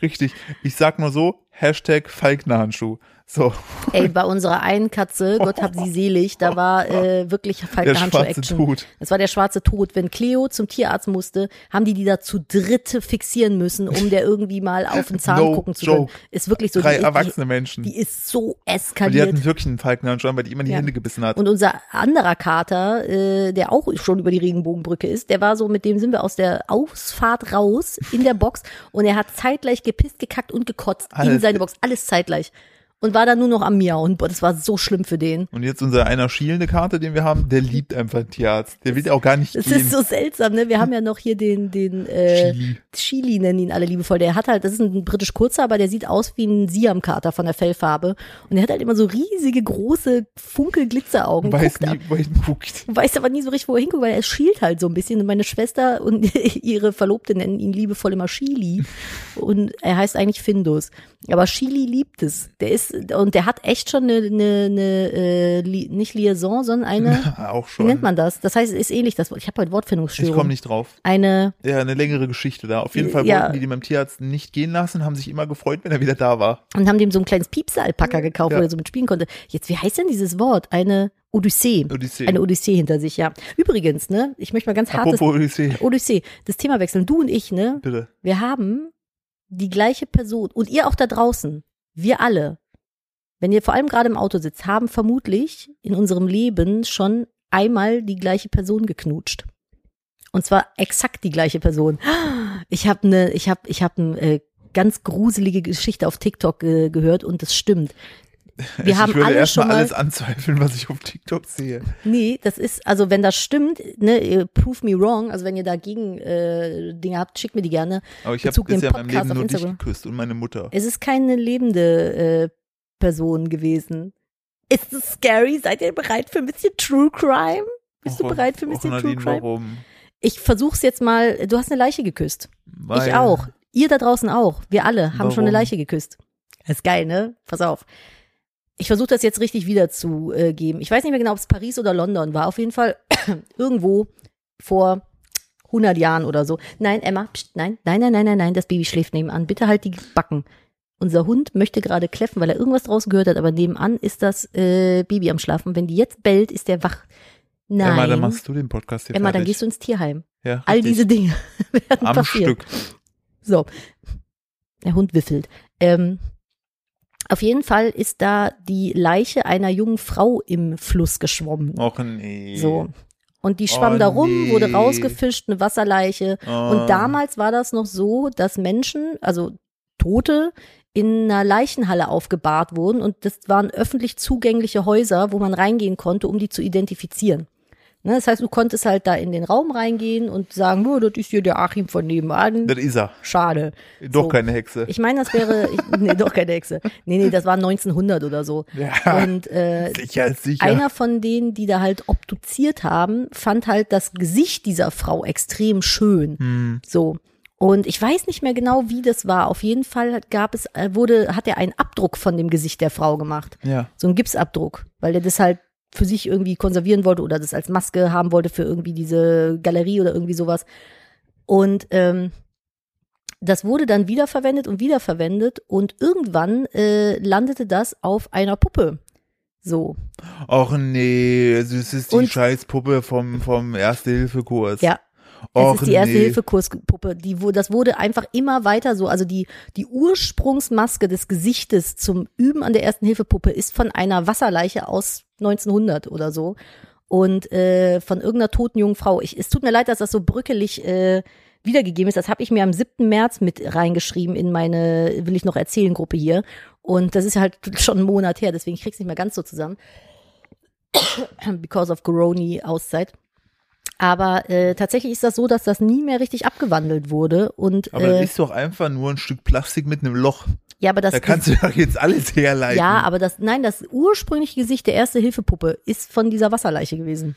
Speaker 1: richtig. Ich sag nur so Hashtag Falknerhandschuh. So
Speaker 2: Ey, bei unserer einen Katze, Gott hab sie selig, da war äh, wirklich
Speaker 1: der schwarze
Speaker 2: Falkenhandschuh-Action.
Speaker 1: Tod.
Speaker 2: Das war der schwarze Tod. Wenn Cleo zum Tierarzt musste, haben die die da zu dritte fixieren müssen, um der irgendwie mal auf den Zahn
Speaker 1: No
Speaker 2: gucken zu
Speaker 1: joke.
Speaker 2: können. Ist wirklich so.
Speaker 1: Drei
Speaker 2: die,
Speaker 1: erwachsene Menschen.
Speaker 2: Die, die ist so
Speaker 1: und Hm. die
Speaker 2: eskaliert.
Speaker 1: hatten wirklich einen Falknerhandschuh, an, weil die immer die
Speaker 2: Ja.
Speaker 1: Hände gebissen hat.
Speaker 2: Und unser anderer Kater, äh, der auch schon über die Regenbogenbrücke ist, der war so, mit dem sind wir aus der Ausfahrt raus in der Box und er hat zeitgleich gepisst, gekackt und gekotzt in
Speaker 1: Alles-
Speaker 2: seine Box. Alles zeitgleich. Und war dann nur noch am Miauen. Boah, das war so schlimm für den.
Speaker 1: Und jetzt unser einer schielende Karte, den wir haben, der liebt einfach den Tierarzt. Der will auch gar nicht
Speaker 2: Mhm. Das
Speaker 1: gehen.
Speaker 2: ist so seltsam, ne? Wir haben ja noch hier den, den äh,
Speaker 1: Chili.
Speaker 2: Chili nennen ihn alle liebevoll. Der hat halt, das ist ein britisch kurzer, aber der sieht aus wie ein Siamkater von der Fellfarbe. Und er hat halt immer so riesige, große Funkelglitzeraugen.
Speaker 1: Weiß
Speaker 2: Guckt
Speaker 1: nie, wohin guckt.
Speaker 2: weiß aber nie so richtig, wo er hinguckt, weil er schielt halt so ein bisschen. Und meine Schwester und ihre Verlobte nennen ihn liebevoll immer Chili. Und er heißt eigentlich Findus. Aber Chili liebt es. Der ist, und der hat echt schon eine, eine, eine äh, Li- nicht Liaison, sondern eine,
Speaker 1: Auch
Speaker 2: wie
Speaker 1: schon.
Speaker 2: nennt man das? Das heißt, es ist ähnlich. Das, Wort- ich habe heute
Speaker 1: ich komme
Speaker 2: Wortfindungsstörung.
Speaker 1: nicht drauf.
Speaker 2: Eine,
Speaker 1: Ja, eine längere Geschichte da. Auf jeden Fall
Speaker 2: Ja.
Speaker 1: wollten die den beim Tierarzt nicht gehen lassen, haben sich immer gefreut, wenn er wieder da war.
Speaker 2: und haben dem so ein kleines Piepse-Alpaka gekauft,
Speaker 1: Ja.
Speaker 2: wo er so mit spielen konnte. Jetzt, wie heißt denn dieses Wort? Eine Odyssee.
Speaker 1: Odyssee.
Speaker 2: Eine Odyssee hinter sich, ja. Übrigens, ne, ich möchte mal ganz hartes.
Speaker 1: Apropos Odyssee,
Speaker 2: Odyssee, das Thema wechseln. Du und ich, ne,
Speaker 1: bitte.
Speaker 2: Wir haben die gleiche Person und ihr auch da draußen, wir alle, wenn ihr vor allem gerade im Auto sitzt, haben vermutlich in unserem Leben schon einmal die gleiche Person geknutscht. Und zwar exakt die gleiche Person. Ich habe eine, ich habe, ich habe eine äh, ganz gruselige Geschichte auf TikTok äh, gehört und das stimmt. Wir haben
Speaker 1: ich würde
Speaker 2: alle
Speaker 1: erst
Speaker 2: schon
Speaker 1: mal
Speaker 2: mal-
Speaker 1: alles anzweifeln, was ich auf TikTok sehe.
Speaker 2: Nee, das ist, also wenn das stimmt, ne, ihr prove me wrong, also wenn ihr dagegen äh, Dinge habt, schickt mir die gerne.
Speaker 1: Aber ich habe
Speaker 2: Bezug den
Speaker 1: bisher in meinem
Speaker 2: Podcast
Speaker 1: Leben
Speaker 2: auf
Speaker 1: nur dich
Speaker 2: Instagram.
Speaker 1: geküsst und meine Mutter.
Speaker 2: Es ist keine lebende äh, Person gewesen. Ist es scary? Seid ihr bereit für ein bisschen True Crime? Bist du bereit für ein bisschen True
Speaker 1: Nadine,
Speaker 2: Crime?
Speaker 1: warum?
Speaker 2: Ich versuch's jetzt mal. Du hast eine Leiche geküsst.
Speaker 1: Weil,
Speaker 2: Ich auch. Ihr da draußen auch. Wir alle haben schon eine
Speaker 1: Warum?
Speaker 2: Leiche geküsst. Das ist geil, ne? Pass auf. Ich versuche das jetzt richtig wiederzugeben. Ich weiß nicht mehr genau, ob es Paris oder London war. Auf jeden Fall irgendwo vor 100 Jahren oder so. Nein, Emma, pst, nein, nein, nein, nein, nein, nein, das Baby schläft nebenan. Bitte halt die Backen. Unser Hund möchte gerade kläffen, weil er irgendwas draußen gehört hat, aber nebenan ist das äh, Baby am Schlafen. Wenn die jetzt bellt, ist der wach. Nein.
Speaker 1: Emma, dann machst du den Podcast hier
Speaker 2: Emma, dann
Speaker 1: fertig.
Speaker 2: gehst du ins Tierheim.
Speaker 1: ja,
Speaker 2: All
Speaker 1: richtig.
Speaker 2: diese Dinge werden
Speaker 1: am
Speaker 2: passieren.
Speaker 1: Stück.
Speaker 2: So. Der Hund wiffelt. Ähm, auf jeden Fall ist da die Leiche einer jungen Frau im Fluss geschwommen.
Speaker 1: Och Oh, nee.
Speaker 2: So. Und die schwamm
Speaker 1: Oh,
Speaker 2: da rum, wurde
Speaker 1: nee.
Speaker 2: rausgefischt, eine Wasserleiche.
Speaker 1: Ah.
Speaker 2: Und damals war das noch so, dass Menschen, also Tote, in einer Leichenhalle aufgebahrt wurden und das waren öffentlich zugängliche Häuser, wo man reingehen konnte, um die zu identifizieren. Ne, das heißt, du konntest halt da in den Raum reingehen und sagen, oh, das ist hier der Achim von nebenan.
Speaker 1: Das ist er.
Speaker 2: Schade.
Speaker 1: Doch
Speaker 2: So.
Speaker 1: keine Hexe.
Speaker 2: Ich meine, das wäre, ich, nee, doch keine Hexe. Nee, nee, das war 1900 oder so.
Speaker 1: ja,
Speaker 2: Und äh,
Speaker 1: sicher, sicher.
Speaker 2: einer von denen, die da halt obduziert haben, fand halt das Gesicht dieser Frau extrem schön.
Speaker 1: Hm.
Speaker 2: So. Und ich weiß nicht mehr genau, wie das war. Auf jeden Fall hat- gab es, äh, wurde, hat er einen Abdruck von dem Gesicht der Frau gemacht.
Speaker 1: Ja.
Speaker 2: So einen Gipsabdruck, weil er das halt für sich irgendwie konservieren wollte oder das als Maske haben wollte für irgendwie diese Galerie oder irgendwie sowas. Und ähm, das wurde dann wiederverwendet und wiederverwendet und irgendwann äh, landete das auf einer Puppe. So.
Speaker 1: Och nee, also es ist die
Speaker 2: Und-
Speaker 1: Scheißpuppe vom, vom Erste-Hilfe-Kurs.
Speaker 2: Ja.
Speaker 1: Och
Speaker 2: Das ist die
Speaker 1: nee.
Speaker 2: Erste-Hilfe-Kurspuppe. Die, wo, das wurde einfach immer weiter so. Also die, die Ursprungsmaske des Gesichtes zum Üben an der Ersten-Hilfe-Puppe ist von einer Wasserleiche aus 1900 oder so. Und äh, von irgendeiner toten jungen Frau. Ich, es tut mir leid, dass das so bröckelig äh, wiedergegeben ist. Das habe ich mir am 7. März mit reingeschrieben in meine Will ich noch erzählen Gruppe hier. Und das ist halt schon einen Monat her, deswegen krieg's nicht mehr ganz so zusammen. Because of Coroni Auszeit. Aber äh, tatsächlich ist das so, dass das nie mehr richtig abgewandelt wurde. Und
Speaker 1: Aber
Speaker 2: äh,
Speaker 1: das ist doch einfach nur ein Stück Plastik mit einem Loch.
Speaker 2: ja, aber das
Speaker 1: Da kannst du doch jetzt alles herleiten.
Speaker 2: ja, aber das nein, das ursprüngliche Gesicht der Erste Hilfe Puppe ist von dieser Wasserleiche gewesen.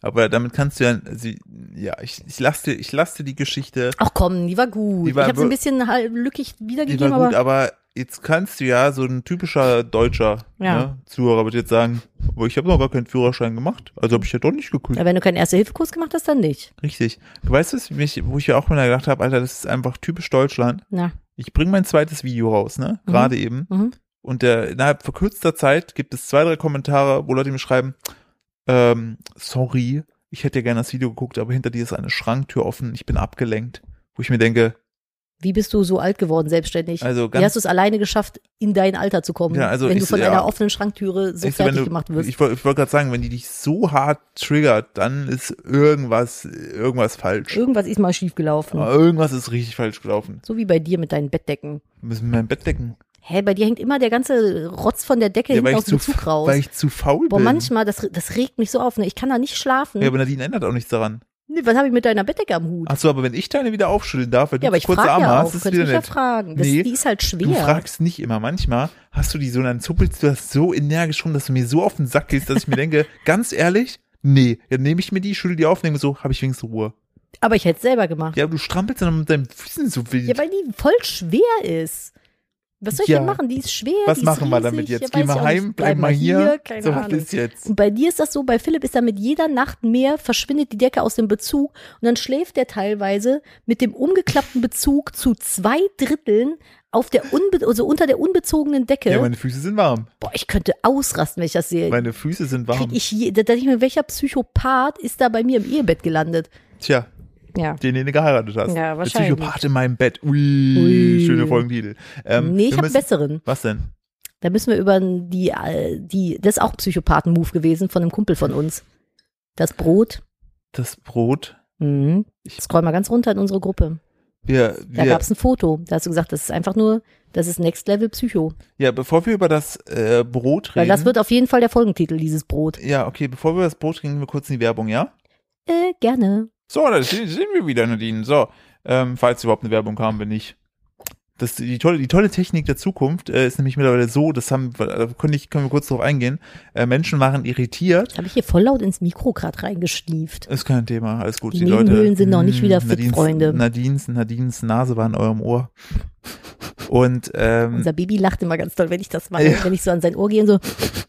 Speaker 1: Aber damit kannst du ja, also, ja, ich, ich lasse dir, ich lass dir die Geschichte,
Speaker 2: Ach komm, die war gut.
Speaker 1: Die war
Speaker 2: ich habe es ein
Speaker 1: wir-
Speaker 2: bisschen halb lückig
Speaker 1: die
Speaker 2: wiedergegeben,
Speaker 1: war gut,
Speaker 2: aber
Speaker 1: aber jetzt kannst du ja so ein typischer deutscher
Speaker 2: Ja.
Speaker 1: ne, Zuhörer wird jetzt sagen, aber ich habe noch gar keinen Führerschein gemacht, also habe ich ja doch nicht gekühlt.
Speaker 2: wenn du keinen Erste Hilfe Kurs gemacht hast, dann nicht.
Speaker 1: Richtig. Du weißt es, mich, wo ich ja auch mal gedacht habe, Alter, das ist einfach typisch Deutschland.
Speaker 2: Na,
Speaker 1: Ich bringe mein zweites Video raus, ne?
Speaker 2: Mhm.
Speaker 1: Gerade eben.
Speaker 2: mhm.
Speaker 1: Und der, innerhalb verkürzter Zeit gibt es zwei, drei Kommentare, wo Leute mir schreiben, ähm, sorry, ich hätte ja gerne das Video geguckt, aber hinter dir ist eine Schranktür offen, ich bin abgelenkt. Wo ich mir denke,
Speaker 2: Wie bist du so alt geworden selbstständig?
Speaker 1: also
Speaker 2: Wie hast
Speaker 1: ganz,
Speaker 2: du es alleine geschafft, in dein Alter zu kommen,
Speaker 1: Ja, also
Speaker 2: wenn du
Speaker 1: ich-
Speaker 2: von
Speaker 1: ja.
Speaker 2: einer offenen Schranktüre so
Speaker 1: Siehst du,
Speaker 2: fertig
Speaker 1: wenn du-
Speaker 2: gemacht wirst?
Speaker 1: ich wollte ich wollt gerade sagen, wenn die dich so hart triggert, dann ist irgendwas, irgendwas falsch.
Speaker 2: Irgendwas ist mal schiefgelaufen.
Speaker 1: Aber irgendwas ist richtig falsch gelaufen.
Speaker 2: So wie bei dir mit deinen Bettdecken.
Speaker 1: Wir müssen mein Bett decken.
Speaker 2: Hä, bei dir hängt immer der ganze Rotz von der Decke
Speaker 1: Ja,
Speaker 2: hinten
Speaker 1: weil, ich
Speaker 2: aus
Speaker 1: zu,
Speaker 2: dem Zug raus.
Speaker 1: weil ich zu faul
Speaker 2: Boah,
Speaker 1: bin.
Speaker 2: manchmal, das, das regt mich so auf. Ne? Ich kann da nicht schlafen.
Speaker 1: Ja, aber Nadine ändert auch nichts daran.
Speaker 2: nee, was habe ich mit deiner Bettdecke am Hut?
Speaker 1: Ach so, aber wenn ich deine wieder aufschütteln darf, weil du
Speaker 2: ja, aber ich
Speaker 1: kurze
Speaker 2: frage
Speaker 1: Arme
Speaker 2: ja auch.
Speaker 1: hast,
Speaker 2: Du
Speaker 1: ist
Speaker 2: könntest
Speaker 1: wieder
Speaker 2: mich ja
Speaker 1: nett.
Speaker 2: fragen. Das,
Speaker 1: Nee,
Speaker 2: die ist halt schwer.
Speaker 1: Du fragst nicht immer. Manchmal hast du die so, dann zuppelst du das so energisch rum, dass du mir so auf den Sack gehst, dass ich mir denke, ganz ehrlich, nee, dann nehme ich mir die, schüttel die auf, nehme so, habe ich wenigstens Ruhe.
Speaker 2: aber ich hätte es selber gemacht.
Speaker 1: Ja, aber du strampelst dann mit deinen Füßen so wild.
Speaker 2: Ja, weil die voll schwer ist. Was soll ich
Speaker 1: Ja.
Speaker 2: denn machen? Die ist schwer.
Speaker 1: Was
Speaker 2: die ist
Speaker 1: machen wir damit
Speaker 2: riesig.
Speaker 1: jetzt? Geh
Speaker 2: Ja, weiß ich
Speaker 1: mal
Speaker 2: auch
Speaker 1: heim,
Speaker 2: nicht.
Speaker 1: bleib mal hier.
Speaker 2: Keine
Speaker 1: so, was
Speaker 2: Ahnung.
Speaker 1: ist jetzt?
Speaker 2: Und bei dir ist das so, bei Philipp ist da mit jeder Nacht mehr, verschwindet die Decke aus dem Bezug und dann schläft er teilweise mit dem umgeklappten Bezug zu zwei Dritteln auf der unbe also unter der unbezogenen Decke.
Speaker 1: Ja, meine Füße sind warm.
Speaker 2: Boah, ich könnte ausrasten, wenn ich das sehe.
Speaker 1: Meine Füße sind
Speaker 2: Äh, Krieg
Speaker 1: warm.
Speaker 2: ich je, da denke ich mir, welcher Psychopath ist da bei mir im Ehebett gelandet?
Speaker 1: Tja,
Speaker 2: Ja.
Speaker 1: den, den du geheiratet hast.
Speaker 2: Ja,
Speaker 1: Der
Speaker 2: wahrscheinlich.
Speaker 1: Psychopath in meinem Bett. Ui,
Speaker 2: Ui.
Speaker 1: schöne Folgentitel. Ähm,
Speaker 2: nee, ich
Speaker 1: wir
Speaker 2: habe
Speaker 1: müssen-
Speaker 2: besseren.
Speaker 1: Was denn?
Speaker 2: Da müssen wir über die, äh, die, das ist auch Psychopathen-Move gewesen von einem Kumpel von uns. Das Brot.
Speaker 1: Das Brot.
Speaker 2: Mhm.
Speaker 1: Ich-
Speaker 2: Scroll mal ganz runter in unsere Gruppe.
Speaker 1: Wir,
Speaker 2: Da
Speaker 1: wir,
Speaker 2: gab es ein Foto. Da hast du gesagt, das ist einfach nur, das ist Next Level Psycho.
Speaker 1: Ja, bevor wir über das äh, Brot reden.
Speaker 2: Weil das wird auf jeden Fall der Folgentitel, dieses Brot.
Speaker 1: ja, okay, bevor wir über das Brot reden, gehen wir kurz in die Werbung, ja?
Speaker 2: Äh, gerne.
Speaker 1: So, da sind sind wir wieder, Nadine. So, ähm, falls überhaupt eine Werbung kam, wenn nicht. Das, die, tolle, die tolle Technik der Zukunft äh, ist nämlich mittlerweile so, das haben, da können, ich, können wir kurz drauf eingehen, äh, Menschen waren irritiert.
Speaker 2: Habe ich hier voll laut ins Mikro gerade reingeschnieft.
Speaker 1: Ist kein Thema, alles gut.
Speaker 2: Die Nebenhöhlen sind noch nicht
Speaker 1: mh,
Speaker 2: wieder fit,
Speaker 1: Nadines,
Speaker 2: Freunde.
Speaker 1: Nadines, Nadines Nase war in eurem Ohr. Und ähm,
Speaker 2: Unser Baby lacht immer ganz toll, wenn ich das mache.
Speaker 1: Ja.
Speaker 2: Wenn ich so an sein Ohr gehe und so,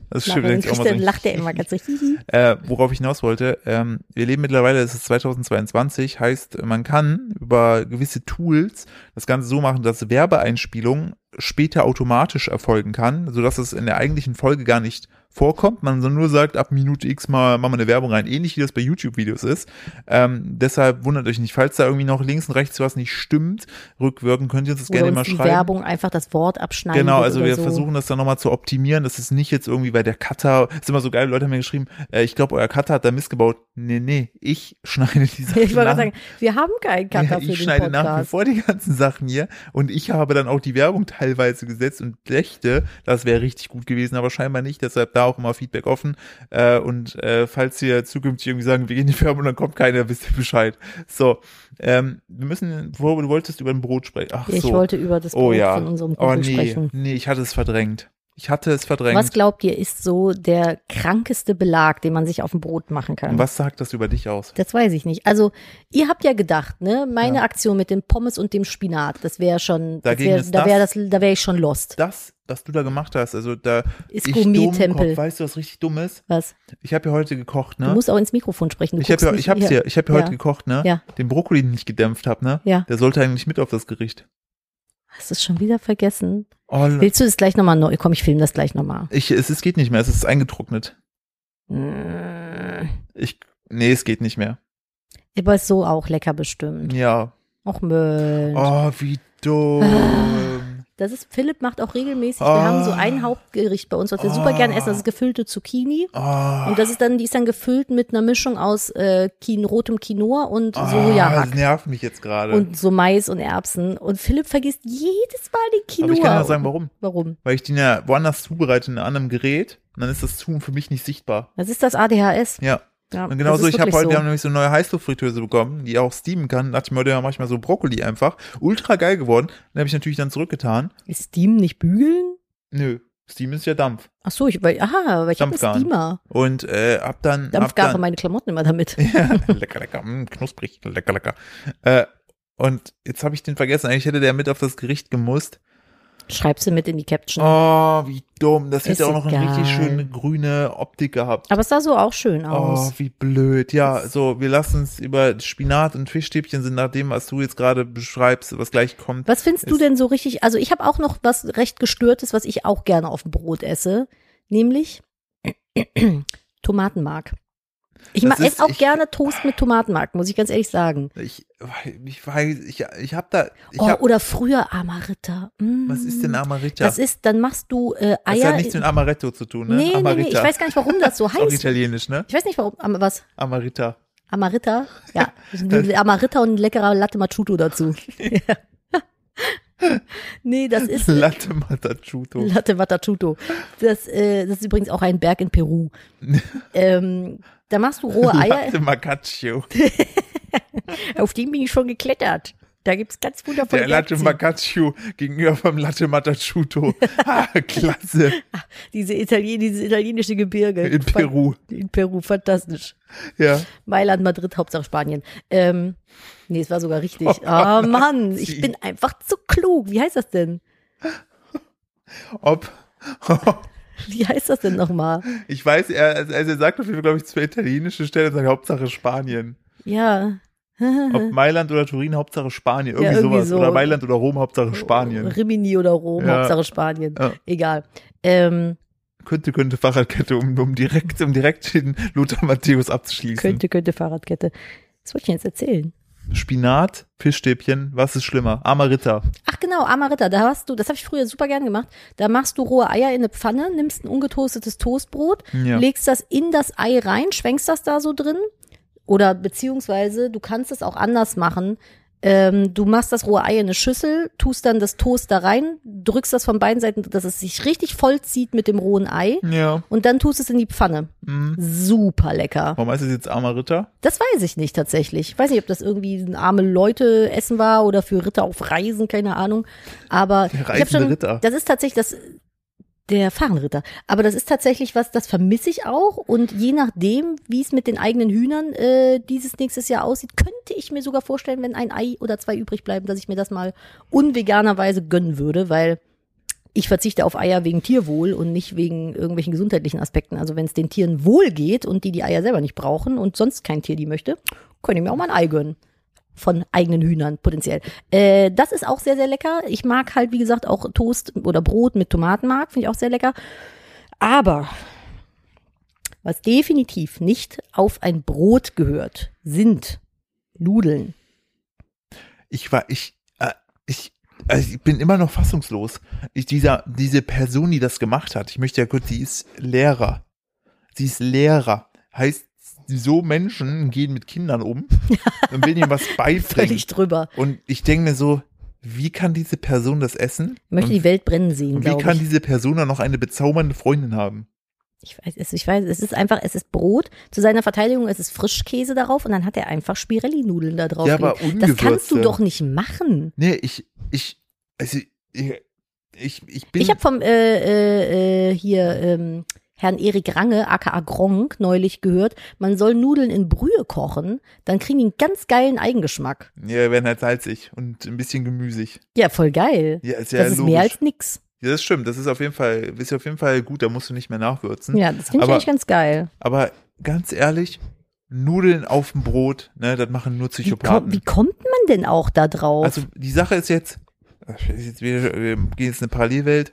Speaker 1: das
Speaker 2: lache,
Speaker 1: stimmt, denke
Speaker 2: dann,
Speaker 1: ich auch
Speaker 2: kriegt
Speaker 1: mal
Speaker 2: er,
Speaker 1: so.
Speaker 2: lacht er immer ganz so. hihi.
Speaker 1: Äh, worauf ich hinaus wollte, ähm, wir leben mittlerweile, es ist 2022, heißt, man kann über gewisse Tools das Ganze so machen, dass Werbeeinspielung später automatisch erfolgen kann, sodass es in der eigentlichen Folge gar nicht vorkommt, man so nur sagt, ab Minute X mal machen wir eine Werbung rein, ähnlich wie das bei YouTube-Videos ist. Ähm, deshalb wundert euch nicht, falls da irgendwie noch links und rechts was nicht stimmt, rückwirken könnt ihr uns das
Speaker 2: Oder
Speaker 1: gerne
Speaker 2: uns
Speaker 1: mal
Speaker 2: die
Speaker 1: schreiben.
Speaker 2: Werbung einfach das Wort abschneiden.
Speaker 1: Genau,
Speaker 2: wird
Speaker 1: also
Speaker 2: oder
Speaker 1: wir
Speaker 2: so.
Speaker 1: versuchen das dann nochmal zu optimieren. Das ist nicht jetzt irgendwie, weil der Cutter, ist immer so geil, Leute haben mir geschrieben, äh, ich glaube, euer Cutter hat da missgebaut. Nee, nee, ich schneide die Sachen
Speaker 2: Ich wollte
Speaker 1: nach.
Speaker 2: gerade sagen, wir haben keinen Cutter
Speaker 1: ja,
Speaker 2: für
Speaker 1: ich
Speaker 2: den
Speaker 1: schneide nach wie
Speaker 2: Podcast.
Speaker 1: vor die ganzen Sachen hier und ich habe dann auch die Werbung teilweise gesetzt und dächte, das wäre richtig gut gewesen, aber scheinbar nicht, deshalb da auch immer Feedback offen äh, und äh, falls ihr zukünftig irgendwie sagen, wir gehen in die Werbung und dann kommt keiner, wisst ihr Bescheid. So, ähm, wir müssen, wo- du wolltest über ein Brot sprechen. Ach
Speaker 2: Ich
Speaker 1: so.
Speaker 2: wollte über das
Speaker 1: Oh
Speaker 2: Brot
Speaker 1: ja.
Speaker 2: von unserem
Speaker 1: Oh
Speaker 2: Kuchen
Speaker 1: nee,
Speaker 2: sprechen.
Speaker 1: nee, ich hatte es verdrängt. Ich hatte es verdrängt.
Speaker 2: Was
Speaker 1: Was,
Speaker 2: glaubt ihr, ist so der krankeste Belag, den man sich auf ein Brot machen kann?
Speaker 1: was sagt das über dich aus?
Speaker 2: Das weiß ich nicht. Also, ihr habt ja gedacht, ne, meine
Speaker 1: Ja.
Speaker 2: Aktion mit dem Pommes und dem Spinat, das wäre schon, das
Speaker 1: Dagegen
Speaker 2: wär,
Speaker 1: ist
Speaker 2: da wäre
Speaker 1: das-
Speaker 2: das, da wäre ich schon lost.
Speaker 1: Das, was du da gemacht hast, also da
Speaker 2: Ist
Speaker 1: ich
Speaker 2: Gourmet-Tempel.
Speaker 1: Dummkopf, weißt du, was richtig dumm ist?
Speaker 2: Was?
Speaker 1: Ich habe ja heute gekocht,
Speaker 2: Du
Speaker 1: ne?
Speaker 2: musst auch ins Mikrofon sprechen. Du
Speaker 1: Ich habe
Speaker 2: guckst
Speaker 1: ja,
Speaker 2: nicht
Speaker 1: ich hab's
Speaker 2: hier.
Speaker 1: ja, ich habe ja heute
Speaker 2: Ja.
Speaker 1: gekocht, ne?
Speaker 2: Ja.
Speaker 1: Den Brokkoli, den ich gedämpft habe, ne?
Speaker 2: Ja.
Speaker 1: Der sollte eigentlich mit auf das Gericht.
Speaker 2: Hast du es schon wieder vergessen?
Speaker 1: Oh,
Speaker 2: Willst du es gleich nochmal neu? Komm, ich filme das gleich nochmal.
Speaker 1: ich, es, es geht nicht mehr, es ist eingetrocknet.
Speaker 2: Aber
Speaker 1: Ich, nee, es geht nicht mehr.
Speaker 2: Mm. ist so auch lecker bestimmt.
Speaker 1: Ja.
Speaker 2: Och, Mensch.
Speaker 1: Oh, wie dumm.
Speaker 2: Das ist, Philipp macht auch regelmäßig, wir
Speaker 1: Ah.
Speaker 2: haben so ein Hauptgericht bei uns, was wir super
Speaker 1: Ah.
Speaker 2: gerne essen, das ist gefüllte Zucchini.
Speaker 1: Oh.
Speaker 2: Ah. Und das ist dann, die ist dann gefüllt mit einer Mischung aus äh, Quin rotem Quinoa und
Speaker 1: Ah, Das
Speaker 2: Sojahack.
Speaker 1: nervt mich jetzt gerade.
Speaker 2: Und so Mais und Erbsen. Und Philipp vergisst jedes Mal den Quinoa.
Speaker 1: Aber ich kann auch sagen, warum.
Speaker 2: Warum?
Speaker 1: weil ich den ja woanders zubereite in einem anderen Gerät und dann ist das Zoom für mich nicht sichtbar.
Speaker 2: Das ist das ADHS.
Speaker 1: Ja.
Speaker 2: Ja,
Speaker 1: Und genauso,
Speaker 2: das ist
Speaker 1: ich habe
Speaker 2: wirklich
Speaker 1: heute, wir
Speaker 2: so.
Speaker 1: haben nämlich so eine neue Heißluftfritteuse bekommen, die auch steamen kann. Dachte ich mir, heute mache ich mal so Brokkoli einfach. Ultra geil geworden. Dann habe ich natürlich dann zurückgetan.
Speaker 2: Ist Steam nicht bügeln?
Speaker 1: Nö, Steam ist ja Dampf.
Speaker 2: Ach so, ich, weil, aha, weil ich habe
Speaker 1: Dampfgaren.
Speaker 2: einen Steamer.
Speaker 1: Und äh, hab dann. hab
Speaker 2: Dampfgare
Speaker 1: dann,
Speaker 2: meine Klamotten immer damit.
Speaker 1: Ja, lecker, lecker, mm, knusprig, lecker, lecker. Äh, und jetzt habe ich den vergessen. Eigentlich hätte der mit auf das Gericht gemusst.
Speaker 2: Schreib sie mit in die Caption.
Speaker 1: Oh, wie dumm. Das
Speaker 2: Ist
Speaker 1: hätte auch noch eine richtig
Speaker 2: egal.
Speaker 1: schöne grüne Optik gehabt.
Speaker 2: Aber es sah so auch schön
Speaker 1: Oh,
Speaker 2: aus.
Speaker 1: wie blöd. Ja,
Speaker 2: Das-
Speaker 1: so, wir lassen uns über Spinat und Fischstäbchen sind nach dem, was du jetzt gerade beschreibst, was gleich kommt.
Speaker 2: Was findest du
Speaker 1: Ist-
Speaker 2: denn so richtig? Also ich habe auch noch was recht gestörtes, was ich auch gerne auf dem Brot esse, nämlich Tomatenmark. Ich
Speaker 1: Das
Speaker 2: ma-
Speaker 1: ist-
Speaker 2: esse auch
Speaker 1: ich-
Speaker 2: gerne Toast mit Tomatenmark, muss ich ganz ehrlich sagen.
Speaker 1: Ich, ich weiß, ich, ich hab da, ich
Speaker 2: oh,
Speaker 1: hab,
Speaker 2: oder früher Amarita. Mm.
Speaker 1: was ist denn Amarita?
Speaker 2: Das ist, dann machst du äh,
Speaker 1: Das
Speaker 2: Eier.
Speaker 1: hat nichts mit Amaretto zu tun, ne?
Speaker 2: nee, nee,
Speaker 1: Amarita.
Speaker 2: nee, ich weiß gar nicht, warum das so
Speaker 1: Ist auch
Speaker 2: heißt.
Speaker 1: italienisch, ne?
Speaker 2: Ich weiß nicht, warum, am- was?
Speaker 1: Amarita.
Speaker 2: Amarita? Ja, Amarita und ein leckerer Latte Machuto dazu. Ja. nee, das ist
Speaker 1: Latte Matachuto.
Speaker 2: Latte Matachuto. Das, äh, das ist übrigens auch ein Berg in Peru. ähm, da machst du rohe Eier.
Speaker 1: Latte Macaccio.
Speaker 2: Auf den bin ich schon geklettert. Da gibt's ganz wundervolle
Speaker 1: Der Latte
Speaker 2: Bergziele.
Speaker 1: Macaccio gegenüber vom Latte Matachuto. ah, klasse.
Speaker 2: diese Italien, dieses italienische Gebirge.
Speaker 1: In Peru.
Speaker 2: In Peru, fantastisch.
Speaker 1: Ja.
Speaker 2: Mailand, Madrid, Hauptsache Spanien. Ähm, nee, es war sogar richtig.
Speaker 1: Oh,
Speaker 2: Ah Mann, ich bin einfach zu klug. Wie heißt das denn?
Speaker 1: Ob,
Speaker 2: Wie heißt das denn nochmal?
Speaker 1: Ich weiß, er, also er sagt auf jeden Fall, glaube ich, zur italienischen Stelle, sagt Hauptsache Spanien.
Speaker 2: Ja.
Speaker 1: Ob Mailand oder Turin, Hauptsache Spanien. Irgendwie,
Speaker 2: Mhm. Ja, irgendwie
Speaker 1: sowas.
Speaker 2: so. Oh,
Speaker 1: Oder Mailand oder Rom, Hauptsache Spanien.
Speaker 2: Rimini oder Rom,
Speaker 1: Ja.
Speaker 2: Hauptsache Spanien.
Speaker 1: Ja.
Speaker 2: Egal. Ähm,
Speaker 1: Könnte, könnte Fahrradkette, um, um direkt, um direkt den Lothar Matthäus abzuschließen.
Speaker 2: Könnte, könnte Fahrradkette. Was wollte ich denn jetzt erzählen?
Speaker 1: Spinat, Fischstäbchen, was ist schlimmer? Amarita.
Speaker 2: Ach genau, Amaretta, da hast du, das habe ich früher super gern gemacht. Da machst du rohe Eier in eine Pfanne, nimmst ein ungetoastetes Toastbrot,
Speaker 1: Ja.
Speaker 2: legst das in das Ei rein, schwenkst das da so drin. Oder beziehungsweise du kannst es auch anders machen. Äh, Ähm, du machst das rohe Ei in eine Schüssel, tust dann das Toast da rein, drückst das von beiden Seiten, dass es sich richtig vollzieht mit dem rohen Ei
Speaker 1: Ja.
Speaker 2: und dann tust es in die Pfanne.
Speaker 1: Mhm.
Speaker 2: Super lecker.
Speaker 1: Warum heißt es jetzt armer Ritter?
Speaker 2: Das weiß ich nicht tatsächlich. Ich weiß nicht, ob das irgendwie ein arme Leute essen war oder für Ritter auf Reisen, keine Ahnung. Aber
Speaker 1: Der
Speaker 2: ich hab
Speaker 1: reisende
Speaker 2: schon,
Speaker 1: Ritter.
Speaker 2: das ist tatsächlich das der Fahrenritter. Aber das ist tatsächlich was, das vermisse ich auch. Und je nachdem, wie es mit den eigenen Hühnern äh, dieses nächstes Jahr aussieht, könnte ich mir sogar vorstellen, wenn ein Ei oder zwei übrig bleiben, dass ich mir das mal unveganerweise gönnen würde, weil ich verzichte auf Eier wegen Tierwohl und nicht wegen irgendwelchen gesundheitlichen Aspekten. Also wenn es den Tieren wohl geht und die die Eier selber nicht brauchen und sonst kein Tier die möchte, könnte ich mir auch mal ein Ei gönnen von eigenen Hühnern potenziell. Äh, das ist auch sehr, sehr lecker. Ich mag halt, wie gesagt, auch Toast oder Brot mit Tomatenmark, finde ich auch sehr lecker. Aber was definitiv nicht auf ein Brot gehört, sind Nudeln.
Speaker 1: Ich war, ich, äh, ich, also ich bin immer noch fassungslos. Ich, dieser, diese Person, die das gemacht hat, ich möchte ja kurz, die ist Lehrer. Sie ist Lehrer. Heißt, so Menschen gehen mit Kindern um und will ihnen was beibringen.
Speaker 2: Völlig drüber.
Speaker 1: Und ich denke mir so, wie kann diese Person das essen?
Speaker 2: Ich möchte
Speaker 1: und
Speaker 2: die Welt brennen sehen,
Speaker 1: und wie
Speaker 2: glaube
Speaker 1: kann
Speaker 2: ich.
Speaker 1: diese Person dann noch eine bezaubernde Freundin haben?
Speaker 2: Ich weiß, es, ich weiß, es ist einfach, es ist Brot. Zu seiner Verteidigung, es ist Frischkäse darauf und dann hat er einfach Spirelli-Nudeln da drauf.
Speaker 1: Ja, aber
Speaker 2: gelegt. das kannst du
Speaker 1: ungewürzte.
Speaker 2: doch nicht machen.
Speaker 1: Nee, ich, ich, also, ich, ich, ich bin.
Speaker 2: Ich habe vom äh, äh, äh, hier ähm, Herrn Erik Range, aka Gronk, neulich gehört, man soll Nudeln in Brühe kochen, dann kriegen die einen ganz geilen Eigengeschmack.
Speaker 1: ja, werden halt salzig und ein bisschen gemüsig.
Speaker 2: Ja, voll geil.
Speaker 1: Ja, ist ja
Speaker 2: Das ist
Speaker 1: logisch.
Speaker 2: mehr als nix.
Speaker 1: ja, das stimmt. Das ist auf jeden Fall, ist auf jeden Fall gut. Da musst du nicht mehr nachwürzen.
Speaker 2: Ja, das finde ich
Speaker 1: Hm. Aber-
Speaker 2: eigentlich ganz geil.
Speaker 1: Aber ganz ehrlich, Nudeln auf dem Brot, ne, das machen nur
Speaker 2: Wie, komm,
Speaker 1: Psychopathen.
Speaker 2: wie kommt man denn auch da drauf?
Speaker 1: also die Sache ist jetzt, ist jetzt wieder, wir gehen jetzt in eine Parallelwelt.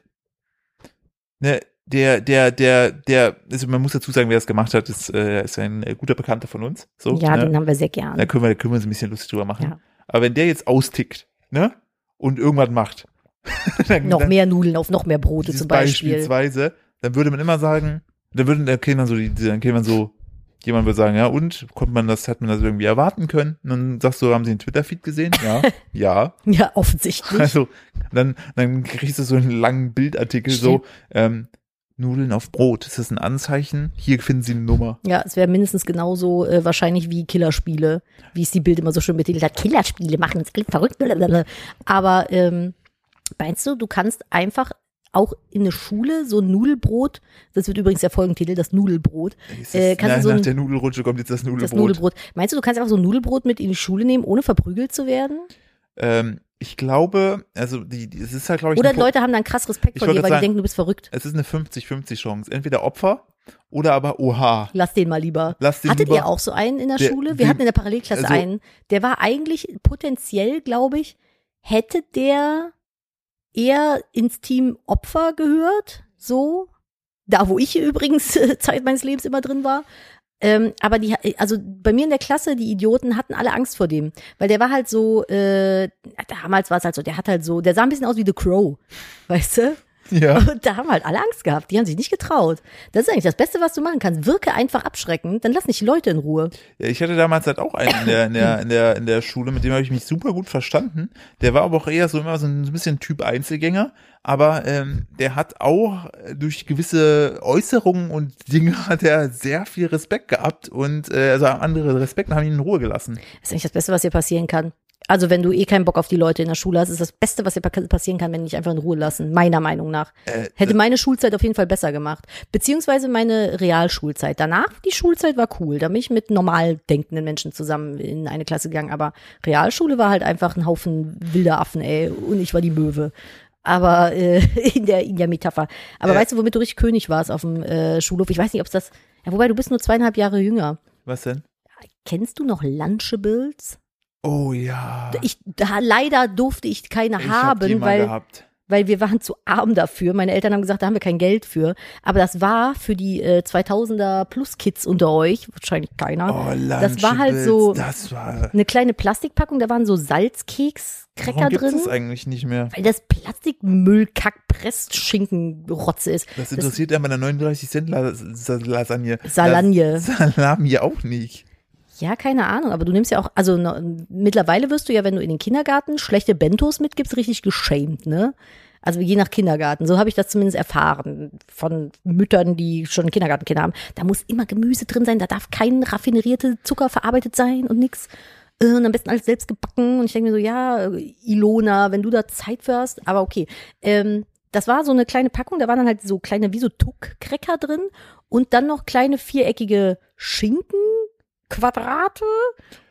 Speaker 1: Ne, der, der, der, der, also man muss dazu sagen, wer das gemacht hat, ist, äh, ist ein äh, guter Bekannter von uns. So,
Speaker 2: ja,
Speaker 1: ne?
Speaker 2: den haben wir sehr gern.
Speaker 1: Da können wir, da können wir uns ein bisschen lustig drüber machen.
Speaker 2: Ja.
Speaker 1: Aber wenn der jetzt austickt, ne? Und irgendwas macht, dann,
Speaker 2: noch
Speaker 1: dann,
Speaker 2: mehr Nudeln auf noch mehr Brote
Speaker 1: ne? dieses
Speaker 2: zum Beispiel.
Speaker 1: beispielsweise, dann würde man immer sagen, dann würde dann käme man so, die, dann käme man so, jemand würde sagen, ja und konnte man das, hat man das irgendwie erwarten können? Und dann sagst du, haben Sie den Twitter-Feed gesehen? Ja, ja.
Speaker 2: Ja, offensichtlich.
Speaker 1: Also dann, dann kriegst du so einen langen Bildartikel so ähm, Nudeln auf Brot. Ist das ein Anzeichen? Hier finden Sie eine Nummer.
Speaker 2: Ja, es wäre mindestens genauso äh, wahrscheinlich wie Killerspiele, wie es die Bild immer so schön betitelt hat. Killerspiele machen uns alle verrückt. blablabla. Aber ähm, meinst du, du kannst einfach auch in der Schule so ein Nudelbrot, das wird übrigens der Folgentitel, das Nudelbrot,
Speaker 1: Ist
Speaker 2: Äh,
Speaker 1: das-
Speaker 2: kannst du
Speaker 1: nein,
Speaker 2: so
Speaker 1: nach
Speaker 2: ein-
Speaker 1: der Nudelrutsche kommt jetzt das Nudelbrot.
Speaker 2: das Nudelbrot. Meinst du, du kannst einfach so ein Nudelbrot mit in die Schule nehmen, ohne verprügelt zu werden?
Speaker 1: Ähm, ich glaube, also die, die, es ist halt, glaube ich,
Speaker 2: Oder
Speaker 1: eine,
Speaker 2: Leute haben dann krass Respekt
Speaker 1: Ich
Speaker 2: vor dir,
Speaker 1: wollte
Speaker 2: weil die
Speaker 1: sagen-
Speaker 2: denken, du bist verrückt.
Speaker 1: es ist eine 50-50 Chance. Entweder Opfer oder aber Oha.
Speaker 2: Lass den mal lieber.
Speaker 1: Lass den
Speaker 2: Hattet
Speaker 1: lieber-
Speaker 2: ihr auch so einen in der,
Speaker 1: Der-
Speaker 2: Schule? Wir
Speaker 1: den-
Speaker 2: hatten in der Parallelklasse
Speaker 1: also-
Speaker 2: einen. Der war eigentlich potenziell, glaube ich, hätte der eher ins Team Opfer gehört, so. Da, wo ich übrigens äh, Zeit meines Lebens immer drin war. Ähm, aber die, also bei mir in der Klasse, die Idioten hatten alle Angst vor dem. Weil der war halt so, äh, damals war es halt so, der hat halt so, der sah ein bisschen aus wie The Crow, weißt du?
Speaker 1: Ja.
Speaker 2: Und da haben halt alle Angst gehabt. Die haben sich nicht getraut. Das ist eigentlich das Beste, was du machen kannst. Wirke einfach abschreckend, dann lass nicht die Leute in Ruhe.
Speaker 1: Ja, Ich hatte damals halt auch einen in der, in der, in der, in der Schule, mit dem habe ich mich super gut verstanden. Der war aber auch eher so immer so ein bisschen Typ Einzelgänger, aber ähm, der hat auch äh, durch gewisse Äußerungen und Dinge hat er sehr viel Respekt gehabt und äh, also andere Respekt und haben ihn in Ruhe gelassen.
Speaker 2: Das ist eigentlich das Beste, was dir passieren kann. Also wenn du eh keinen Bock auf die Leute in der Schule hast, ist das Beste, was dir pa- passieren kann, wenn die dich einfach in Ruhe lassen. Meiner Meinung nach.
Speaker 1: Äh,
Speaker 2: Hätte meine Schulzeit auf jeden Fall besser gemacht. Beziehungsweise meine Realschulzeit. Danach, die Schulzeit war cool. Da bin ich mit normal denkenden Menschen zusammen in eine Klasse gegangen. Aber Realschule war halt einfach ein Haufen wilder Affen, ey. Und ich war die Möwe. Aber äh, in, der, in der Metapher. Aber
Speaker 1: Ja.
Speaker 2: weißt du, womit du richtig König warst auf dem äh, Schulhof? Ich weiß nicht, ob es das. Ja, wobei, du bist nur zweieinhalb Jahre jünger.
Speaker 1: Was denn?
Speaker 2: Kennst du noch Lunchables?
Speaker 1: Oh ja.
Speaker 2: Ich, da, leider durfte ich keine
Speaker 1: Ich hab die
Speaker 2: haben,
Speaker 1: mal
Speaker 2: weil
Speaker 1: gehabt.
Speaker 2: weil wir waren zu arm dafür. Meine Eltern haben gesagt, da haben wir kein Geld für. Aber das war für die äh, 2000er Plus Kids unter euch, wahrscheinlich keiner,
Speaker 1: Oh,
Speaker 2: Ah, das war halt
Speaker 1: Lunchables,
Speaker 2: so-
Speaker 1: Das war.
Speaker 2: eine kleine Plastikpackung, da waren so Salzkeks-Cracker
Speaker 1: Warum gibt
Speaker 2: drin.
Speaker 1: es eigentlich nicht mehr?
Speaker 2: Weil das Plastikmüll-Kack-Pressschinken-Rotze ist.
Speaker 1: Das interessiert ja meiner 39 Cent Las- Las- Lasagne.
Speaker 2: Salagne.
Speaker 1: Das Salami auch nicht.
Speaker 2: Ja, keine Ahnung, aber du nimmst ja auch, also na, mittlerweile wirst du ja, wenn du in den Kindergarten schlechte Bentos mitgibst, richtig geschämt, ne? Also je nach Kindergarten. So habe ich das zumindest erfahren von Müttern, die schon Kindergartenkinder haben. Da muss immer Gemüse drin sein, da darf kein raffinierte Zucker verarbeitet sein und nix. Äh, Und am besten alles selbst gebacken. Und ich denke mir so, ja, Ilona, wenn du da Zeit für hast, aber okay. Ähm, das war so eine kleine Packung, da waren dann halt so kleine, wie so Tuck-Cracker drin und dann noch kleine viereckige Schinken, Quadrate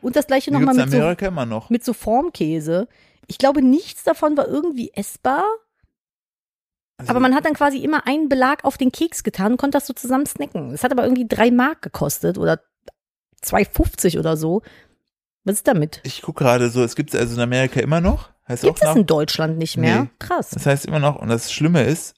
Speaker 2: und das gleiche
Speaker 1: Die gibt's
Speaker 2: nochmal
Speaker 1: in
Speaker 2: mit so
Speaker 1: Amerika immer noch.
Speaker 2: mit so Formkäse. Ich glaube, nichts davon war irgendwie essbar,
Speaker 1: Also,
Speaker 2: aber man hat dann quasi immer einen Belag auf den Keks getan und konnte das so zusammen snacken. Es hat aber irgendwie drei Mark gekostet oder 2,50 oder so. Was ist damit?
Speaker 1: ich gucke gerade so, es gibt es also in Amerika immer noch. Heißt
Speaker 2: Gibt
Speaker 1: auch
Speaker 2: es
Speaker 1: noch.
Speaker 2: in Deutschland nicht mehr?
Speaker 1: Nee.
Speaker 2: Krass.
Speaker 1: Das heißt immer noch, und das Schlimme ist,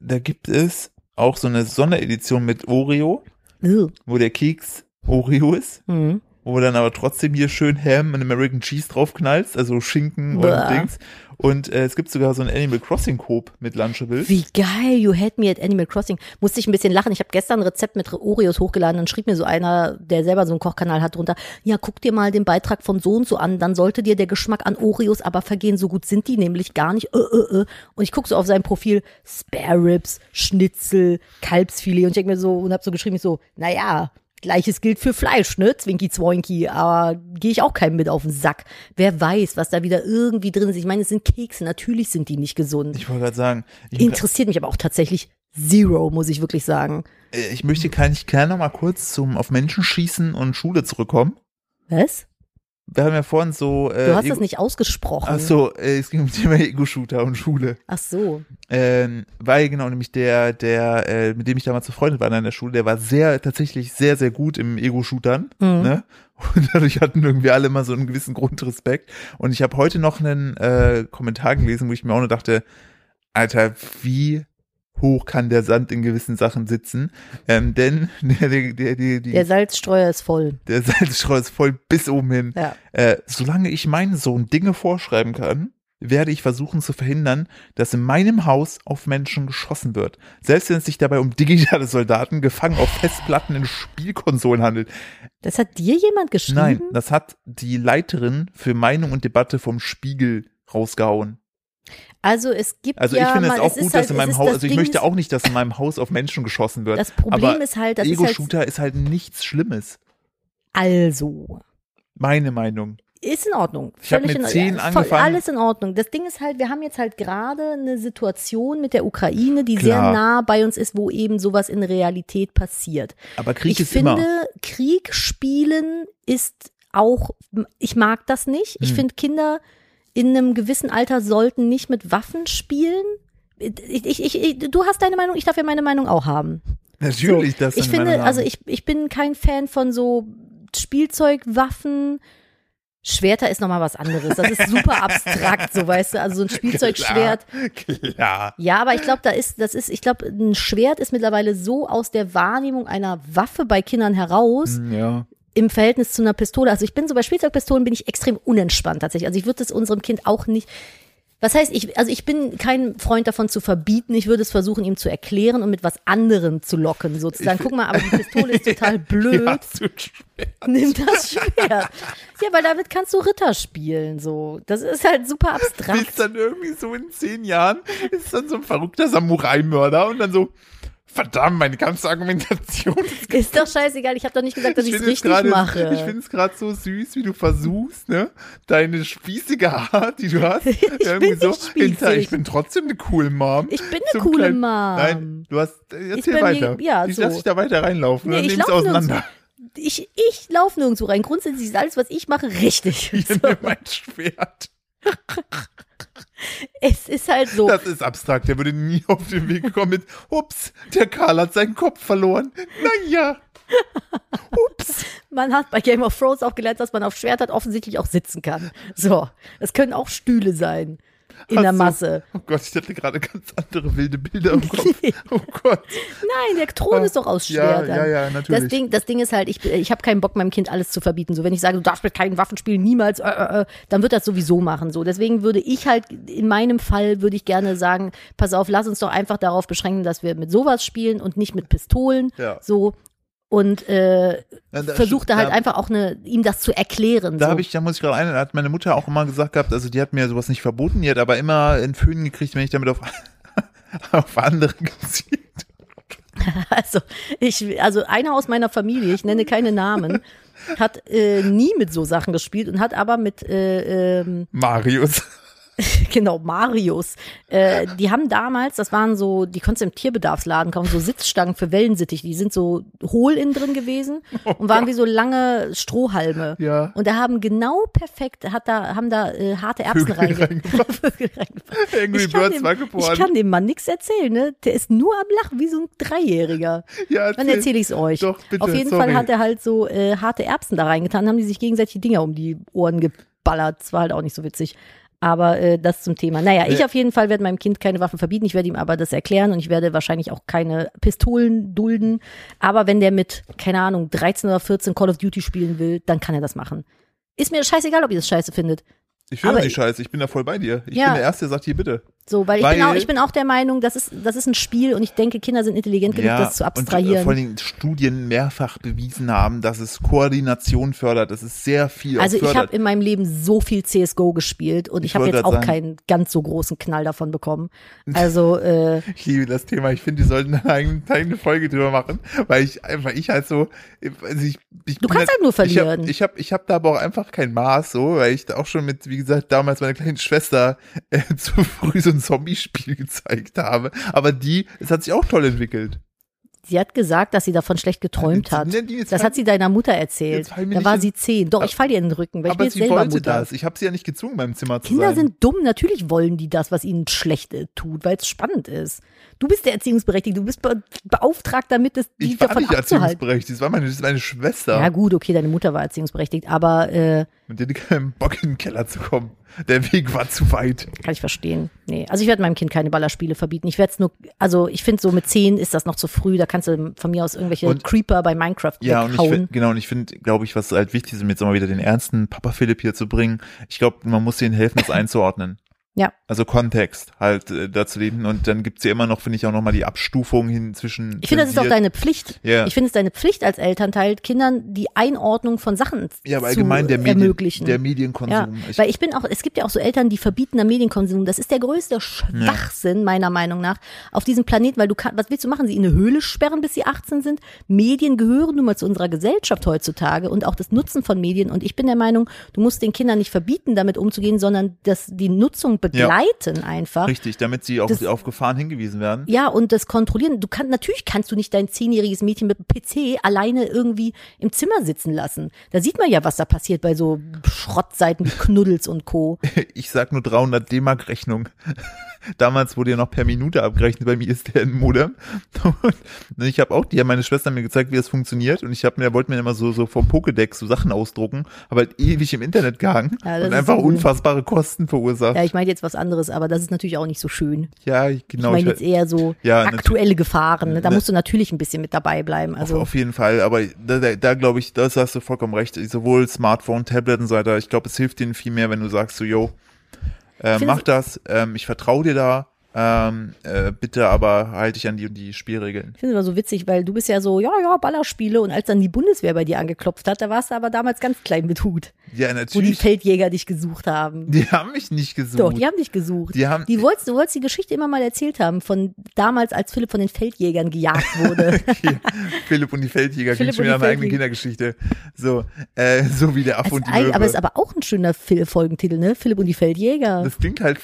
Speaker 1: da gibt es auch so eine Sonderedition mit Oreo,
Speaker 2: Ugh.
Speaker 1: wo der Keks Oreo ist,
Speaker 2: Hm.
Speaker 1: wo dann aber trotzdem hier schön Ham und American Cheese draufknallst, also Schinken
Speaker 2: Bäh.
Speaker 1: und Dings. Und äh, es gibt sogar so einen Animal Crossing Coop mit Lunchables.
Speaker 2: Wie geil, you had me at Animal Crossing. Musste ich ein bisschen lachen. Ich habe gestern ein Rezept mit Oreos hochgeladen und schrieb mir so einer, der selber so einen Kochkanal hat, drunter, ja, guck dir mal den Beitrag von so und so an, dann sollte dir der Geschmack an Oreos aber vergehen. So gut sind die nämlich gar nicht. Äh, äh, äh. Und ich gucke so auf sein Profil, Spare Ribs, Schnitzel, Kalbsfilet und ich denk mir so und habe so geschrieben, ich so, naja, Gleiches gilt für Fleisch, ne? Zwinki Zwoinki, aber gehe ich auch keinem mit auf den Sack. Wer weiß, was da wieder irgendwie drin ist. Ich meine, es sind Kekse, natürlich sind die nicht gesund.
Speaker 1: Ich wollte gerade sagen, ich,
Speaker 2: Interessiert mich aber auch tatsächlich zero, muss ich wirklich sagen.
Speaker 1: äh, ich möchte kann ich gerne noch mal kurz zum auf Menschen schießen und Schule zurückkommen.
Speaker 2: Was?
Speaker 1: Wir haben ja vorhin so äh,
Speaker 2: Du hast
Speaker 1: Ego-
Speaker 2: das nicht ausgesprochen.
Speaker 1: Ach so, äh, es ging um Thema Ego-Shooter und Schule.
Speaker 2: Ach so.
Speaker 1: Ähm, weil genau nämlich der, der, äh, mit dem ich damals befreundet war in der Schule, der war sehr, tatsächlich sehr, sehr gut im Ego-Shootern.
Speaker 2: Mhm.
Speaker 1: Ne? Und dadurch hatten irgendwie alle immer so einen gewissen Grundrespekt. Und ich habe heute noch einen äh, Kommentar gelesen, wo ich mir auch nur dachte, Alter, wie hoch kann der Sand in gewissen Sachen sitzen? Ähm, denn der, der, der, der,
Speaker 2: Der
Speaker 1: der,
Speaker 2: Salzstreuer ist voll.
Speaker 1: der Salzstreuer ist voll bis oben hin.
Speaker 2: Ja.
Speaker 1: Äh, solange ich meinen Sohn Dinge vorschreiben kann, werde ich versuchen zu verhindern, dass in meinem Haus auf Menschen geschossen wird. Selbst wenn es sich dabei um digitale Soldaten gefangen auf Festplatten in Spielkonsolen handelt.
Speaker 2: Das hat dir jemand geschrieben?
Speaker 1: Nein, das hat die Leiterin für Meinung und Debatte vom Spiegel rausgehauen.
Speaker 2: Also es gibt
Speaker 1: Also
Speaker 2: ja
Speaker 1: ich finde
Speaker 2: mal,
Speaker 1: es auch
Speaker 2: es ist
Speaker 1: gut,
Speaker 2: halt,
Speaker 1: dass in
Speaker 2: es
Speaker 1: meinem
Speaker 2: ist
Speaker 1: Haus,
Speaker 2: das
Speaker 1: also ich
Speaker 2: Ding
Speaker 1: möchte
Speaker 2: ist-
Speaker 1: auch nicht, dass in meinem Haus auf Menschen geschossen wird.
Speaker 2: Das Problem
Speaker 1: aber
Speaker 2: ist halt, das ist halt
Speaker 1: Ego-Shooter ist halt nichts Schlimmes.
Speaker 2: also
Speaker 1: Meine Meinung.
Speaker 2: ist in Ordnung.
Speaker 1: Ich hab mit
Speaker 2: in-
Speaker 1: 10
Speaker 2: voll-
Speaker 1: angefangen.
Speaker 2: Alles in Ordnung. Das Ding ist halt, wir haben jetzt halt gerade eine Situation mit der Ukraine, die sehr
Speaker 1: Klar.
Speaker 2: nah bei uns ist, wo eben sowas in Realität passiert.
Speaker 1: Aber Krieg
Speaker 2: ich
Speaker 1: ist
Speaker 2: finde,
Speaker 1: immer.
Speaker 2: Krieg spielen ist auch, ich mag das nicht. Ich
Speaker 1: Hm.
Speaker 2: finde, Kinder in einem gewissen Alter sollten nicht mit Waffen spielen. Ich, ich, ich, ich- du hast deine Meinung, ich darf ja meine Meinung auch haben.
Speaker 1: Natürlich, das
Speaker 2: Ich
Speaker 1: sind
Speaker 2: finde,
Speaker 1: meine
Speaker 2: also
Speaker 1: Namen.
Speaker 2: ich, ich bin kein Fan von so Spielzeug, Waffen. Schwerter ist nochmal was anderes. Das ist super abstrakt, so weißt du. Also so ein Spielzeugschwert.
Speaker 1: Klar, klar.
Speaker 2: Ja, aber ich glaube, da ist, das ist, ich glaube, ein Schwert ist mittlerweile so aus der Wahrnehmung einer Waffe bei Kindern
Speaker 1: Hm.
Speaker 2: heraus,
Speaker 1: Ja.
Speaker 2: im Verhältnis zu einer Pistole. Also ich bin so bei Spielzeugpistolen bin ich extrem unentspannt tatsächlich. Also ich würde das unserem Kind auch nicht. Was heißt, ich, also ich bin kein Freund davon zu verbieten. Ich würde es versuchen, ihm zu erklären und mit was anderem zu locken, sozusagen. Guck mal, aber die Pistole ist total blöd.
Speaker 1: Ja, absolut.
Speaker 2: Nimm das Schwert. Ja, weil damit kannst du Ritter spielen, so. Das ist halt super abstrakt.
Speaker 1: Bis dann irgendwie so in zehn Jahren ist dann so ein verrückter Samurai-Mörder und dann so, verdammt, meine ganze Argumentation. ist-
Speaker 2: Ist doch scheißegal. Ich habe doch nicht gesagt, dass ich es
Speaker 1: finde es
Speaker 2: richtig
Speaker 1: gerade-
Speaker 2: mache.
Speaker 1: ich finde es gerade so süß, wie du versuchst, ne, deine spießige Art, die du hast, irgendwie
Speaker 2: bin
Speaker 1: so
Speaker 2: nicht spießig.
Speaker 1: ich bin trotzdem eine coole Mom.
Speaker 2: Ich bin eine
Speaker 1: Zum
Speaker 2: coole
Speaker 1: kleinen-
Speaker 2: Mom.
Speaker 1: Nein, du hast, äh,
Speaker 2: Ist
Speaker 1: erzähl
Speaker 2: bei mir-
Speaker 1: weiter.
Speaker 2: ja,
Speaker 1: ich
Speaker 2: so.
Speaker 1: lass dich da weiter reinlaufen
Speaker 2: Nee,
Speaker 1: und
Speaker 2: ich
Speaker 1: dann nimm's
Speaker 2: lauf nirgends-
Speaker 1: auseinander.
Speaker 2: ich, ich laufe nirgendwo rein. Grundsätzlich ist alles, was ich mache, richtig.
Speaker 1: Hier,
Speaker 2: So.
Speaker 1: nimm mein Schwert.
Speaker 2: Es ist halt so.
Speaker 1: Das ist abstrakt. Der würde nie auf den Weg kommen mit, ups, der Karl hat seinen Kopf verloren. Naja. Ups.
Speaker 2: Man hat bei Game of Thrones auch gelernt, dass man auf Schwert hat offensichtlich auch sitzen kann. So, es können auch Stühle sein in
Speaker 1: Ach
Speaker 2: der
Speaker 1: so.
Speaker 2: Masse.
Speaker 1: Oh Gott, ich hatte gerade ganz andere wilde Bilder im Kopf. Oh Gott.
Speaker 2: Nein, der Thron ist doch aus
Speaker 1: Ja,
Speaker 2: Schwertern.
Speaker 1: ja, ja,
Speaker 2: Das
Speaker 1: natürlich.
Speaker 2: Ding, das Ding ist halt, ich, ich habe keinen Bock, meinem Kind alles zu verbieten. So, wenn ich sage, du darfst mit keinen Waffen spielen, niemals, äh, äh, äh, dann wird das sowieso machen. So, deswegen würde ich halt, in meinem Fall würde ich gerne sagen, pass auf, lass uns doch einfach darauf beschränken, dass wir mit sowas spielen und nicht mit Pistolen.
Speaker 1: Ja.
Speaker 2: So. und äh,
Speaker 1: Ja, da-
Speaker 2: versuchte halt
Speaker 1: da-
Speaker 2: einfach auch eine, ihm das zu erklären.
Speaker 1: Da
Speaker 2: so.
Speaker 1: habe ich, da muss ich gerade ein, da hat meine Mutter auch immer gesagt gehabt, also die hat mir sowas nicht verboten, die hat aber immer in Föhn gekriegt, wenn ich damit auf, auf andere gezielt.
Speaker 2: Also, ich, also einer aus meiner Familie, ich nenne keine Namen, hat äh, nie mit so Sachen gespielt und hat aber mit äh, ähm,
Speaker 1: Marius.
Speaker 2: genau, Marius. Äh, die haben damals, das waren so, die konntest du im Tierbedarfsladen kaufen, so Sitzstangen für Wellensittich. Die sind so hohl innen drin gewesen und waren wie so lange Strohhalme.
Speaker 1: Oh Ja.
Speaker 2: Und da haben genau perfekt, hat da, haben da äh, harte Erbsen
Speaker 1: Vögel
Speaker 2: reinge Vögel reingebracht.
Speaker 1: Angry
Speaker 2: Ich kann
Speaker 1: Birds
Speaker 2: dem-
Speaker 1: war
Speaker 2: Ich
Speaker 1: geboren.
Speaker 2: kann dem Mann nichts erzählen, ne? Der ist nur am Lachen wie so ein Dreijähriger.
Speaker 1: Ja,
Speaker 2: Wann
Speaker 1: erzähl.
Speaker 2: erzähle ich es euch?
Speaker 1: Doch, bitte,
Speaker 2: Auf jeden
Speaker 1: sorry.
Speaker 2: Fall hat er halt so äh, harte Erbsen da reingetan, haben die sich gegenseitig die Dinger um die Ohren geballert. Das war halt auch nicht so witzig. Aber äh, das zum Thema. Naja, ich
Speaker 1: Ja.
Speaker 2: auf jeden Fall werde meinem Kind keine Waffen verbieten. Ich werde ihm aber das erklären und ich werde wahrscheinlich auch keine Pistolen dulden. Aber wenn der mit, keine Ahnung, 13 oder 14 Call of Duty spielen will, dann kann er das machen. Ist mir scheißegal, ob ihr das scheiße findet.
Speaker 1: Ich höre
Speaker 2: aber-
Speaker 1: die Scheiße, ich bin da voll bei dir. Ich
Speaker 2: Ja.
Speaker 1: bin der Erste, der sagt hier bitte.
Speaker 2: So, weil ich, bin
Speaker 1: Weil-
Speaker 2: auch, ich bin auch der Meinung, das ist, das ist ein Spiel und ich denke, Kinder sind intelligent genug, das
Speaker 1: Und, äh,
Speaker 2: zu
Speaker 1: vor
Speaker 2: abstrahieren.
Speaker 1: allen Dingen Studien mehrfach bewiesen haben, dass es Koordination fördert, dass es sehr viel auch
Speaker 2: Also ich
Speaker 1: fördert.
Speaker 2: habe in meinem Leben so viel CSGO gespielt und ich,
Speaker 1: Ich
Speaker 2: habe
Speaker 1: wollte
Speaker 2: jetzt auch
Speaker 1: grad sagen.
Speaker 2: keinen ganz so großen Knall davon bekommen. Also äh,
Speaker 1: Ich liebe das Thema. Ich finde, die sollten eine eigene, eigene Folge drüber machen, weil ich einfach, ich halt so, also ich, ich
Speaker 2: Du
Speaker 1: bin
Speaker 2: kannst halt nur verlieren.
Speaker 1: Ich habe ich hab, ich hab da aber auch einfach kein Maß, so, weil ich da auch schon mit, wie gesagt, damals meiner kleinen Schwester äh, zu früh so ein Zombie-Spiel gezeigt habe. Aber die, es hat sich auch toll entwickelt.
Speaker 2: sie hat gesagt, dass sie davon schlecht geträumt hat.
Speaker 1: Die- die- jetzt
Speaker 2: Das hat sie deiner Mutter erzählt.
Speaker 1: Jetzt fall mir
Speaker 2: Da
Speaker 1: nicht
Speaker 2: war
Speaker 1: in-
Speaker 2: sie zehn. Doch, ich falle ihr in den Rücken, weil ich bin
Speaker 1: aber
Speaker 2: jetzt
Speaker 1: sie
Speaker 2: selber
Speaker 1: wollte
Speaker 2: Mutter.
Speaker 1: das. Ich habe sie ja nicht gezwungen, beim Zimmer zu
Speaker 2: Kinder
Speaker 1: sein.
Speaker 2: sind dumm, natürlich wollen die das, was ihnen schlecht äh, tut, weil es spannend ist. Du bist der Erziehungsberechtigte, du bist be beauftragt damit, das, die
Speaker 1: ich war
Speaker 2: davon
Speaker 1: nicht
Speaker 2: abzuhalten.
Speaker 1: erziehungsberechtigt. Das war meine, das war meine Schwester.
Speaker 2: Ja gut, okay, deine Mutter war erziehungsberechtigt, aber äh,
Speaker 1: Mit der hatte keinen Bock, in den Keller zu kommen. Der Weg war zu weit.
Speaker 2: Kann ich verstehen. Nee. Also ich werde meinem Kind keine Ballerspiele verbieten. Ich werde es nur, also ich finde so mit 10 ist das noch zu früh. Da kannst du von mir aus irgendwelche
Speaker 1: Und-
Speaker 2: Creeper bei Minecraft
Speaker 1: Ja, und ich
Speaker 2: weghauen.
Speaker 1: find, genau, und ich finde, glaube ich, was halt wichtig ist, um jetzt auch mal wieder den ernsten Papa Philipp hier zu bringen, ich glaube, man muss denen helfen, das einzuordnen.
Speaker 2: Ja.
Speaker 1: Also Kontext halt äh, dazu leben. Und dann gibt's ja immer noch, finde ich, auch nochmal die Abstufung hin zwischen.
Speaker 2: ich finde, das ist auch
Speaker 1: zensiert-
Speaker 2: deine Pflicht.
Speaker 1: Ja.
Speaker 2: Ich finde es deine Pflicht als Elternteil, Kindern die Einordnung von Sachen
Speaker 1: ja, aber
Speaker 2: zu
Speaker 1: allgemein der, Medien,
Speaker 2: ermöglichen.
Speaker 1: der Medienkonsum.
Speaker 2: Ja,
Speaker 1: Ich-
Speaker 2: weil ich bin auch, es gibt ja auch so Eltern, die verbieten am Medienkonsum. Das ist der größte Schwachsinn, meiner Meinung nach, auf diesem Planeten, weil du kannst, was willst du machen? Sie in eine Höhle sperren, bis sie 18 sind? Medien gehören nun mal zu unserer Gesellschaft heutzutage und auch das Nutzen von Medien. Und ich bin der Meinung, du musst den Kindern nicht verbieten, damit umzugehen, sondern das, die Nutzung begleiten einfach.
Speaker 1: richtig, damit sie auch
Speaker 2: Das-
Speaker 1: auf Gefahren hingewiesen werden.
Speaker 2: Ja, und das Kontrollieren. Du kannst, natürlich kannst du nicht dein zehnjähriges Mädchen mit dem PC alleine irgendwie im Zimmer sitzen lassen. Da sieht man ja, was da passiert bei so Schrottseiten wie Knuddels und Co.
Speaker 1: Ich sag nur 300 D-Mark Rechnung. Damals wurde ja noch per Minute abgerechnet bei mir ist der Modem. Und ich habe auch, die hat meine Schwester mir gezeigt, wie das funktioniert. Und ich habe mir, wollte mir immer so, so vom Pokédex so Sachen ausdrucken, aber halt ewig im Internet gehangen
Speaker 2: Ja, das
Speaker 1: und
Speaker 2: ist
Speaker 1: einfach
Speaker 2: so gut.
Speaker 1: unfassbare Kosten verursacht.
Speaker 2: Ja, ich meine jetzt was anderes, aber das ist natürlich auch nicht so schön.
Speaker 1: Ja, ich-
Speaker 2: Ich
Speaker 1: genau.
Speaker 2: meine
Speaker 1: ich-
Speaker 2: jetzt eher so
Speaker 1: Ja, natürlich.
Speaker 2: aktuelle Gefahren. Ne? Da
Speaker 1: Ne.
Speaker 2: musst du natürlich ein bisschen mit dabei bleiben. Also
Speaker 1: Auf jeden Fall, aber da, da, da glaube ich, das hast du vollkommen recht. Sowohl Smartphone, Tablet und so weiter. Ich glaube, es hilft denen viel mehr, wenn du sagst, so, yo, äh,
Speaker 2: find's-
Speaker 1: mach das, ähm, ich vertraue dir da, ähm, äh, bitte aber halte dich an die und die Spielregeln.
Speaker 2: ich finde es immer so witzig, weil du bist ja so, ja, ja, Ballerspiele. Und als dann die Bundeswehr bei dir angeklopft hat, da warst du aber damals ganz klein mit Hut,
Speaker 1: Ja,
Speaker 2: wo die
Speaker 1: natürlich. Die,
Speaker 2: Feldjäger dich gesucht haben.
Speaker 1: haben mich nicht gesucht.
Speaker 2: Doch, die haben dich gesucht.
Speaker 1: Die haben-
Speaker 2: die wolltest, du wolltest die Geschichte immer mal erzählt haben, von damals, als Philipp von den Feldjägern gejagt wurde.
Speaker 1: Hier, Philipp und die Feldjäger klingt
Speaker 2: Philipp
Speaker 1: schon
Speaker 2: und
Speaker 1: wieder
Speaker 2: die
Speaker 1: eine eigene
Speaker 2: Feldjäger.
Speaker 1: Kindergeschichte. So, äh, so wie der Affe
Speaker 2: Also
Speaker 1: und die
Speaker 2: ein,
Speaker 1: Möwe.
Speaker 2: aber ist aber auch ein schöner Fil- Folgentitel, ne? Philipp und die Feldjäger.
Speaker 1: das klingt halt,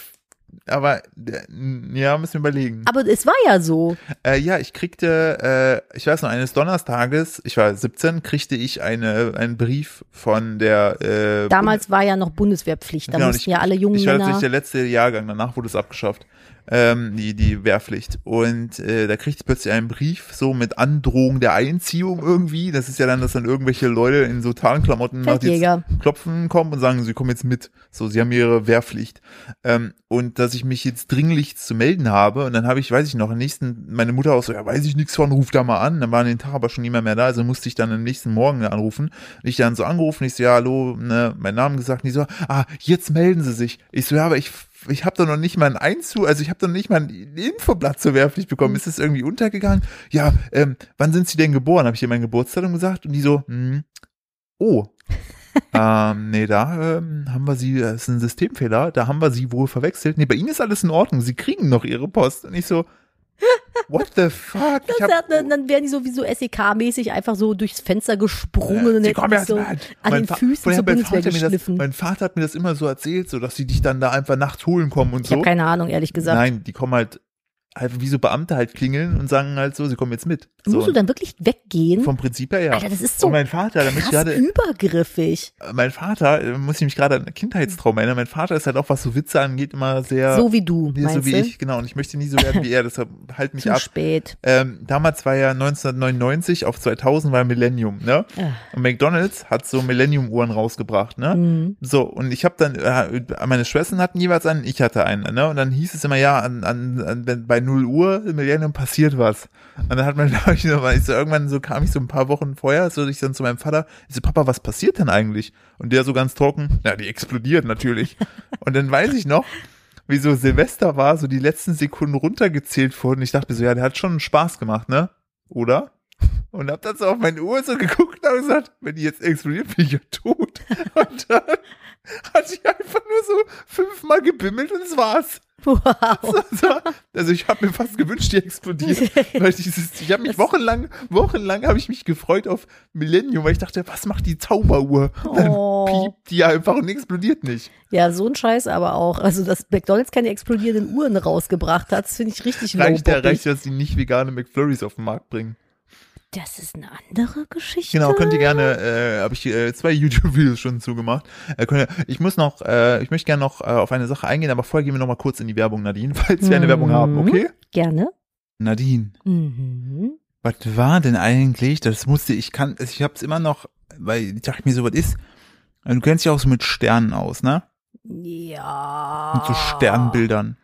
Speaker 1: aber äh, n- ja, müssen wir überlegen.
Speaker 2: aber es war ja so.
Speaker 1: Äh, ja, ich kriegte, äh, ich weiß noch, eines Donnerstages, ich war 17, kriegte ich eine, einen Brief von der äh,
Speaker 2: Damals war ja noch Bundeswehrpflicht. Da
Speaker 1: Genau, und
Speaker 2: mussten
Speaker 1: ich-
Speaker 2: ja alle jungen
Speaker 1: ich war
Speaker 2: Männer.
Speaker 1: tatsächlich der letzte Jahrgang, danach wurde es abgeschafft, ähm, die, die Wehrpflicht. Und äh, da kriegt ich plötzlich einen Brief, so mit Androhung der Einziehung irgendwie. Das ist ja dann, dass dann irgendwelche Leute in so Tarnklamotten nach
Speaker 2: Feldjäger.
Speaker 1: dir klopfen kommen und sagen, sie kommen jetzt mit. So, sie haben ihre Wehrpflicht. Ähm, und dass ich mich jetzt dringlichst zu melden habe. Und dann habe ich, weiß ich noch, am nächsten, meine Mutter auch so, ja, weiß ich nichts von, ruf da mal an. Dann war an den Tag aber schon niemand mehr da, also musste ich dann am nächsten Morgen anrufen. Und ich dann so angerufen, ich so, ja, hallo, ne, meinen Namen gesagt. Und die so, ah, jetzt melden sie sich. Ich so, ja, aber ich ich habe da noch nicht mal ein Einzug, also ich habe da noch nicht mal ein Infoblatt zur Wehrpflicht bekommen. Ist es irgendwie untergegangen? Ja, ähm, wann sind Sie denn geboren? Habe ich ihr mein Geburtsdatum gesagt und die so, hm, oh, ähm, nee, da ähm, haben wir sie, das ist ein Systemfehler, da haben wir sie wohl verwechselt. Nee, bei Ihnen ist alles in Ordnung, Sie kriegen noch Ihre Post. Und ich so, what the fuck? Ich
Speaker 2: Das hat, dann, dann wären die so wie so SEK-mäßig einfach so durchs Fenster gesprungen und
Speaker 1: Äh, Sie
Speaker 2: hätten
Speaker 1: kommen erst
Speaker 2: sich so
Speaker 1: mal.
Speaker 2: an den
Speaker 1: Fa-
Speaker 2: Füßen
Speaker 1: vorher
Speaker 2: zur
Speaker 1: hat mein
Speaker 2: Bundeswehr
Speaker 1: Vater mir das,
Speaker 2: geschliffen.
Speaker 1: mein Vater hat mir das immer so erzählt, so dass sie dich dann da einfach nachts holen kommen und
Speaker 2: ich
Speaker 1: so.
Speaker 2: habe keine Ahnung, ehrlich gesagt.
Speaker 1: Nein, die kommen halt, halt wie so Beamte halt klingeln und sagen halt so, sie kommen jetzt mit. So,
Speaker 2: Musst du dann wirklich weggehen?
Speaker 1: vom Prinzip her ja.
Speaker 2: Hm? Alter, das ist so
Speaker 1: und mein Vater, da muss ich
Speaker 2: Krass hm?
Speaker 1: gerade,
Speaker 2: übergriffig.
Speaker 1: mein Vater, äh, muss ich mich gerade an Kindheitstraum erinnern, mein Vater ist halt auch, was so Witze angeht, immer sehr,
Speaker 2: so wie du,
Speaker 1: nee,
Speaker 2: meinst
Speaker 1: so wie
Speaker 2: du?
Speaker 1: ich, genau, und ich möchte nie so werden wie er, deshalb halt mich
Speaker 2: Zu
Speaker 1: ab.
Speaker 2: spät.
Speaker 1: Ähm, damals war ja 1999 auf 2000 war Millennium, ne?
Speaker 2: Ah.
Speaker 1: Und McDonalds hat so Millennium-Uhren rausgebracht, ne?
Speaker 2: Mhm.
Speaker 1: So, und ich habe dann, äh, meine Schwestern hatten jeweils einen, ich hatte einen, ne? Und dann hieß es immer, ja, an, an, an, wenn bei 0 Uhr im Millennium passiert was. Und dann hat man, glaube ich, noch mal- ich so, irgendwann so kam ich so ein paar Wochen vorher, so ich dann zu meinem Vater, ich so, Papa, was passiert denn eigentlich? Und der so ganz trocken, na, die explodiert natürlich. und dann weiß ich noch, wie so Silvester war, so die letzten Sekunden runtergezählt wurden. Ich dachte mir so, ja, der hat schon Spaß gemacht, ne? Oder? Und hab dann so auf meine Uhr so geguckt und hab gesagt, wenn die jetzt explodiert, bin ich ja tot. Und dann hat ich einfach nur so fünfmal gebimmelt und es war's.
Speaker 2: Wow.
Speaker 1: Also, also ich habe mir fast gewünscht, die explodiert. weil dieses, ich habe mich wochenlang, wochenlang habe ich mich gefreut auf Millennium, weil ich dachte, was macht die Zauberuhr? Und dann
Speaker 2: Oh.
Speaker 1: piept die einfach und explodiert nicht.
Speaker 2: Ja, so ein Scheiß aber auch. Also, dass McDonalds keine explodierenden Uhren rausgebracht hat, das finde ich richtig
Speaker 1: Reicht der
Speaker 2: lowboppig.
Speaker 1: reicht, dass die nicht vegane McFlurries auf den Markt bringen.
Speaker 2: Das ist eine andere Geschichte.
Speaker 1: Genau, könnt ihr gerne, äh, habe ich äh, zwei YouTube-Videos schon zugemacht. Äh, könnt ihr, ich muss noch, äh, ich möchte gerne noch äh, auf eine Sache eingehen, aber vorher gehen wir noch mal kurz in die Werbung, Nadine, falls wir eine Werbung haben,
Speaker 2: Mhm.
Speaker 1: okay?
Speaker 2: Gerne.
Speaker 1: Nadine,
Speaker 2: Mhm.
Speaker 1: was war denn eigentlich? Das musste ich kann, ich habe es immer noch, weil ich dachte mir so, was ist? äh, Du kennst dich auch so mit Sternen aus, ne?
Speaker 2: Ja.
Speaker 1: Mit so Sternbildern.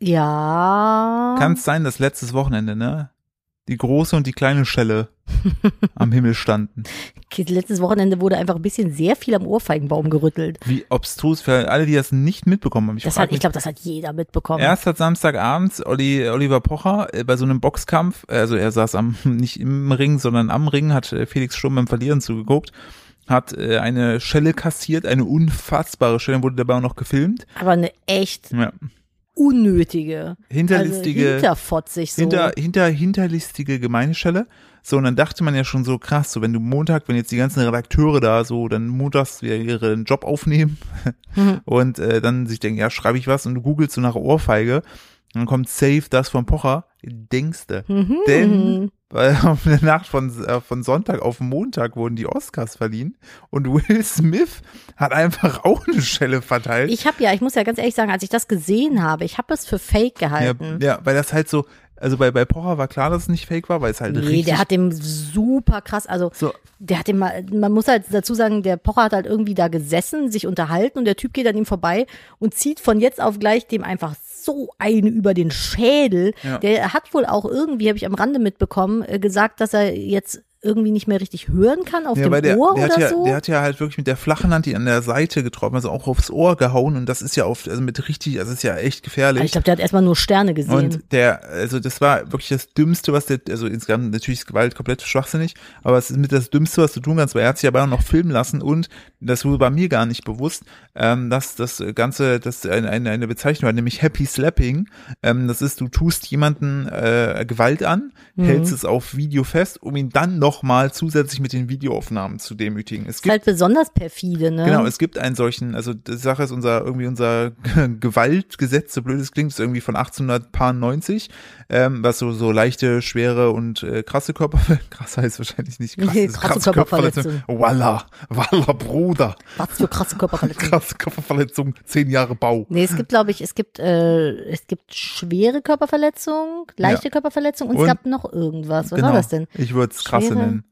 Speaker 2: Ja.
Speaker 1: Kann es sein, dass letztes Wochenende, ne? Die große und die kleine Schelle am Himmel standen.
Speaker 2: Letztes Wochenende wurde einfach ein bisschen sehr viel am Ohrfeigenbaum gerüttelt.
Speaker 1: Wie obstrus für alle, die das nicht mitbekommen haben. Ich,
Speaker 2: Das
Speaker 1: frag
Speaker 2: hat, ich
Speaker 1: mich,
Speaker 2: glaube, das hat jeder mitbekommen.
Speaker 1: Erst hat Samstagabends Olli, Oliver Pocher äh, bei so einem Boxkampf, äh, also er saß am nicht im Ring, sondern am Ring, hat äh, Felix Sturm beim Verlieren zugeguckt, hat äh, eine Schelle kassiert, eine unfassbare Schelle, wurde dabei auch noch gefilmt.
Speaker 2: Aber eine echt
Speaker 1: Ja.
Speaker 2: unnötige.
Speaker 1: Hinterlistige,
Speaker 2: Also hinterfotzig so.
Speaker 1: hinter, hinter, hinterlistige Gemeindeschelle. So, und dann dachte man ja schon so, krass, so wenn du Montag, wenn jetzt die ganzen Redakteure da so, dann montags wieder ihren Job aufnehmen
Speaker 2: Mhm.
Speaker 1: und äh, dann sich denken, ja, schreibe ich was und du googelst so nach Ohrfeige, dann kommt safe das von Pocher, denkste.
Speaker 2: Mhm.
Speaker 1: Denn weil auf der Nacht von, äh, von Sonntag auf Montag wurden die Oscars verliehen und Will Smith hat einfach auch eine Schelle verteilt.
Speaker 2: Ich habe ja, ich muss ja ganz ehrlich sagen, als ich das gesehen habe, ich habe es für fake
Speaker 1: ja,
Speaker 2: gehalten.
Speaker 1: ja, weil das halt so, also bei, bei Pocher war klar, dass es nicht fake war, weil es halt
Speaker 2: Nee,
Speaker 1: richtig
Speaker 2: der hat dem super krass, also
Speaker 1: so
Speaker 2: der hat dem mal, man muss halt dazu sagen, der Pocher hat halt irgendwie da gesessen, sich unterhalten und der Typ geht an ihm vorbei und zieht von jetzt auf gleich dem einfach so eine über den Schädel.
Speaker 1: Ja.
Speaker 2: Der hat wohl auch irgendwie, habe ich am Rande mitbekommen, äh, gesagt, dass er jetzt irgendwie nicht mehr richtig hören kann auf dem
Speaker 1: weil der,
Speaker 2: Ohr
Speaker 1: der
Speaker 2: oder
Speaker 1: hat ja,
Speaker 2: so.
Speaker 1: Der hat ja halt wirklich mit der flachen Hand die an der Seite getroffen, also auch aufs Ohr gehauen und das ist ja oft, also mit richtig, das ist ja echt
Speaker 2: Also ich
Speaker 1: gefährlich.
Speaker 2: glaube, der hat erstmal nur Sterne gesehen.
Speaker 1: Und der, also das war wirklich das Dümmste, was der, also insgesamt natürlich ist Gewalt komplett schwachsinnig, aber es ist mit das Dümmste, was du tun kannst, weil er hat sich aber auch noch filmen lassen und das wurde bei mir gar nicht bewusst, ähm, dass das Ganze, das eine, eine, eine Bezeichnung hat, nämlich Happy Slapping. Ähm, das ist, du tust jemanden äh, Gewalt an, hältst es auf Video fest, um ihn dann nochmal zusätzlich mit den Videoaufnahmen zu demütigen. Es
Speaker 2: ist
Speaker 1: gibt
Speaker 2: halt besonders perfide, ne?
Speaker 1: Genau, es gibt einen solchen, also die Sache ist unser, irgendwie unser Gewaltgesetz, so blöd es klingt, ist irgendwie von 1890, ähm, was so, so leichte, schwere und äh, krasse Körperverletzung, krass heißt wahrscheinlich nicht krass,
Speaker 2: Nee,
Speaker 1: ist
Speaker 2: krasse Körperverletzung.
Speaker 1: Walla, walla Bruder,
Speaker 2: Was für krasse Körperverletzungen.
Speaker 1: krasse Körperverletzung, zehn Jahre Bau.
Speaker 2: Nee, es gibt, glaube ich, es gibt, äh, es gibt schwere Körperverletzung, leichte Körperverletzung und,
Speaker 1: Und- genau.
Speaker 2: es gab noch irgendwas. Was war das denn?
Speaker 1: Ich würde es krasse
Speaker 2: Schwere-
Speaker 1: nennen.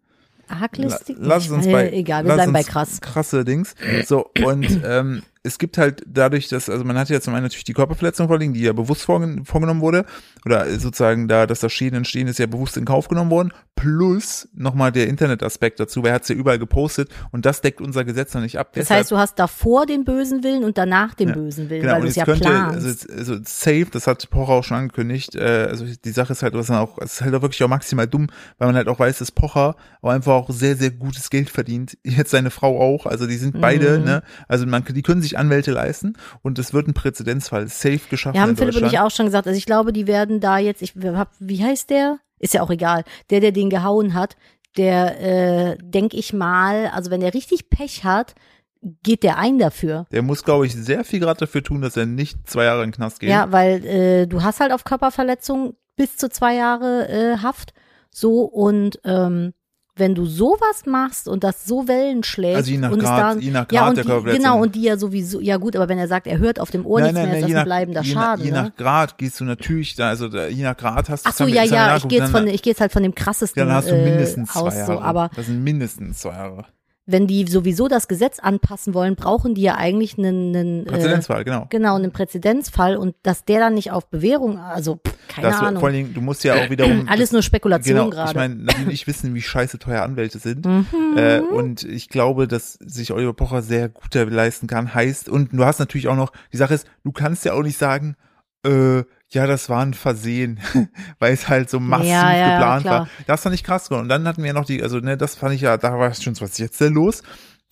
Speaker 2: Arglistig?
Speaker 1: La- Lass
Speaker 2: Ich-
Speaker 1: uns
Speaker 2: äh,
Speaker 1: bei
Speaker 2: Egal, wir
Speaker 1: lass
Speaker 2: bleiben bei
Speaker 1: uns
Speaker 2: krass.
Speaker 1: Krasse Dings. So und ähm, es gibt halt dadurch, dass, also man hat ja zum einen natürlich die Körperverletzung vorliegen, die ja bewusst vorgen vorgenommen wurde, oder sozusagen da, dass das Schäden entstehen ist, ja bewusst in Kauf genommen worden, plus nochmal der Internetaspekt dazu, weil er hat es ja überall gepostet und das deckt unser Gesetz noch nicht ab.
Speaker 2: Das heißt, du hast davor den bösen Willen und danach den bösen Willen,
Speaker 1: Genau,
Speaker 2: weil
Speaker 1: und
Speaker 2: du es
Speaker 1: jetzt
Speaker 2: ja
Speaker 1: könnte,
Speaker 2: planst.
Speaker 1: also, jetzt- also safe, das hat Pocher auch schon angekündigt, äh, also die Sache ist halt, was dann auch, es ist halt auch wirklich auch maximal dumm, weil man halt auch weiß, dass Pocher auch einfach auch sehr, sehr gutes Geld verdient, jetzt seine Frau auch, also die sind
Speaker 2: Mhm.
Speaker 1: beide, ne, also man, die können sich Anwälte leisten und es wird ein Präzedenzfall safe geschaffen
Speaker 2: Wir haben
Speaker 1: in
Speaker 2: Philipp und
Speaker 1: Deutschland.
Speaker 2: ich auch schon gesagt, also ich glaube, die werden da jetzt, ich hab, wie heißt der? Ist ja auch egal. Der, der den gehauen hat, der, äh, denke ich mal, also wenn der richtig Pech hat, geht der ein dafür.
Speaker 1: Der muss, glaube ich, sehr viel gerade dafür tun, dass er nicht zwei Jahre in den Knast geht.
Speaker 2: Ja, weil äh, du hast halt auf Körperverletzung bis zu zwei Jahre äh, Haft. So und ähm, wenn du sowas machst und das so Wellen schlägt
Speaker 1: Also je nach
Speaker 2: und es
Speaker 1: Grad,
Speaker 2: dann,
Speaker 1: je nach Grad
Speaker 2: ja, und
Speaker 1: der
Speaker 2: die,
Speaker 1: Körperverletzung.
Speaker 2: genau und die ja sowieso ja gut, aber wenn er sagt, er hört auf dem Ohr nichts mehr, ist das ein bleibender
Speaker 1: je,
Speaker 2: Schaden.
Speaker 1: je
Speaker 2: ne?
Speaker 1: nach Grad gehst du natürlich da, also da, je nach Grad hast du
Speaker 2: Ach so, ja, ja, ich gehe jetzt, von- ich geh jetzt halt von dem krassesten
Speaker 1: dann hast du mindestens
Speaker 2: äh, aus.
Speaker 1: zwei Jahre.
Speaker 2: So, aber
Speaker 1: das sind mindestens zwei Jahre.
Speaker 2: wenn die sowieso das Gesetz anpassen wollen, brauchen die ja eigentlich einen, einen äh,
Speaker 1: Präzedenzfall, genau.
Speaker 2: genau, einen Präzedenzfall und dass der dann nicht auf Bewährung, also pff, keine
Speaker 1: Das, vor
Speaker 2: Ahnung.
Speaker 1: allen Dingen, du musst ja auch wiederum.
Speaker 2: Alles nur Spekulation
Speaker 1: Ähm, Genau,
Speaker 2: gerade. Mhm.
Speaker 1: ich meine, natürlich wissen, wie scheiße teuer Anwälte sind. Äh, und ich glaube, dass sich Oliver Pocher sehr gut da leisten kann, heißt, und du hast natürlich auch noch, die Sache ist, du kannst ja auch nicht sagen, äh, ja, das war ein Versehen, weil es halt so massiv
Speaker 2: Ja, ja,
Speaker 1: geplant
Speaker 2: klar.
Speaker 1: war. Das fand ich krass. Und dann hatten wir noch die, also ne, das fand ich ja, da war es schon, so, was ist jetzt denn los?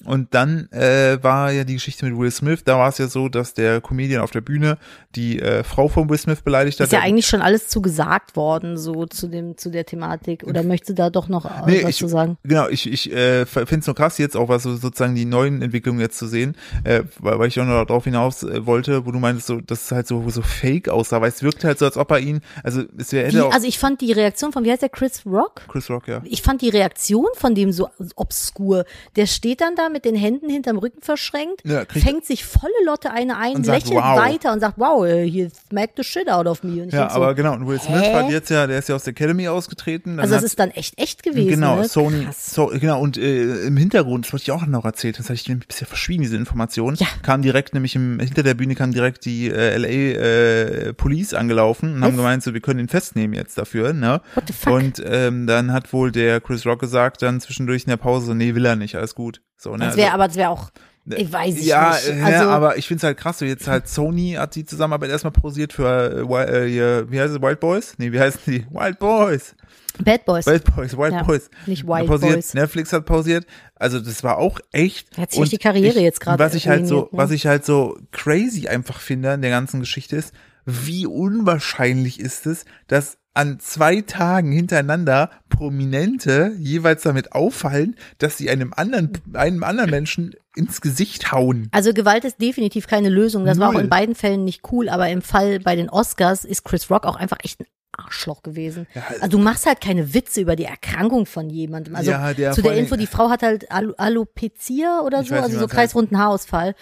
Speaker 1: Und dann äh, war ja die Geschichte mit Will Smith, da war es ja so, dass der Comedian auf der Bühne die äh, Frau von Will Smith beleidigt hat.
Speaker 2: ist ja
Speaker 1: Der-
Speaker 2: eigentlich schon alles zu gesagt worden, so zu dem, zu der Thematik. Oder möchtest du da doch noch äh,
Speaker 1: Nee,
Speaker 2: was
Speaker 1: ich-
Speaker 2: zu sagen?
Speaker 1: Genau, ich, ich äh, finde es nur krass, jetzt auch was so sozusagen die neuen Entwicklungen jetzt zu sehen, äh, weil, weil ich auch noch darauf hinaus äh, wollte, wo du meintest, so, dass es halt so, so fake aussah, weil es wirkte halt so, als ob er ihn, also es wäre
Speaker 2: Wie,
Speaker 1: hätte auch
Speaker 2: also ich fand die Reaktion von, wie heißt der, Chris Rock?
Speaker 1: Chris Rock, ja.
Speaker 2: ich fand die Reaktion von dem so obskur. Der steht dann da mit den Händen hinterm Rücken verschränkt,
Speaker 1: Ja, kriegt-
Speaker 2: fängt sich volle Lotte eine ein,
Speaker 1: Und sagt,
Speaker 2: lächelt
Speaker 1: wow.
Speaker 2: weiter und sagt, wow, äh, hier smack the shit out of me. Und ich
Speaker 1: Ja,
Speaker 2: denk so,
Speaker 1: aber genau, und Will Smith
Speaker 2: hä?
Speaker 1: hat jetzt ja, der ist ja aus der Academy ausgetreten. dann
Speaker 2: also das
Speaker 1: hat-
Speaker 2: ist dann echt echt gewesen.
Speaker 1: Genau,
Speaker 2: ne?
Speaker 1: Sony,
Speaker 2: Krass.
Speaker 1: so, genau, und äh, im Hintergrund, das wollte ich auch noch erzählt, das hatte ich nämlich bisher verschwiegen, diese Information,
Speaker 2: Ja.
Speaker 1: kam direkt nämlich im, hinter der Bühne kam direkt die äh, LA äh, Police angelaufen und haben
Speaker 2: Was?
Speaker 1: gemeint, so, wir können ihn festnehmen jetzt dafür, ne?
Speaker 2: What the fuck?
Speaker 1: Und ähm, dann hat wohl der Chris Rock gesagt, dann zwischendurch in der Pause, so, nee, will er nicht, alles gut. So, ne?
Speaker 2: Das wäre
Speaker 1: also-
Speaker 2: aber das wäre auch ich weiß ich
Speaker 1: ja, äh,
Speaker 2: nicht.
Speaker 1: Ja,
Speaker 2: Also,
Speaker 1: aber ich finde es halt krass, so jetzt halt Sony hat die Zusammenarbeit erstmal pausiert für, äh, Wi- äh, hier, wie heißt es, Wild Boys? Nee, wie heißen die? Wild Boys.
Speaker 2: Bad Boys.
Speaker 1: Wild Boys, Wild
Speaker 2: Ja,
Speaker 1: Boys.
Speaker 2: nicht
Speaker 1: Hat
Speaker 2: Wild
Speaker 1: pausiert,
Speaker 2: Boys.
Speaker 1: Netflix hat pausiert. Also das war auch echt.
Speaker 2: Hat sich
Speaker 1: Und
Speaker 2: die Karriere
Speaker 1: ich,
Speaker 2: jetzt gerade
Speaker 1: Was ich halt so,
Speaker 2: ruiniert, ne?
Speaker 1: was ich halt so crazy einfach finde an der ganzen Geschichte ist, wie unwahrscheinlich ist es, dass an zwei Tagen hintereinander Prominente jeweils damit auffallen, dass sie einem anderen, einem anderen Menschen ins Gesicht hauen.
Speaker 2: Also Gewalt ist definitiv keine Lösung. Das war auch
Speaker 1: Null.
Speaker 2: in beiden Fällen nicht cool, aber im Fall bei den Oscars ist Chris Rock auch einfach echt ein Arschloch gewesen. also du machst halt keine Witze über die Erkrankung von jemandem. Also
Speaker 1: Ja, der
Speaker 2: zu
Speaker 1: vor
Speaker 2: der
Speaker 1: allen
Speaker 2: Info, die
Speaker 1: Dingen-
Speaker 2: Frau hat halt Al Alopecia oder
Speaker 1: Ich weiß
Speaker 2: so,
Speaker 1: nicht, wie
Speaker 2: also
Speaker 1: man's
Speaker 2: so
Speaker 1: heißt.
Speaker 2: kreisrunden Haarausfall.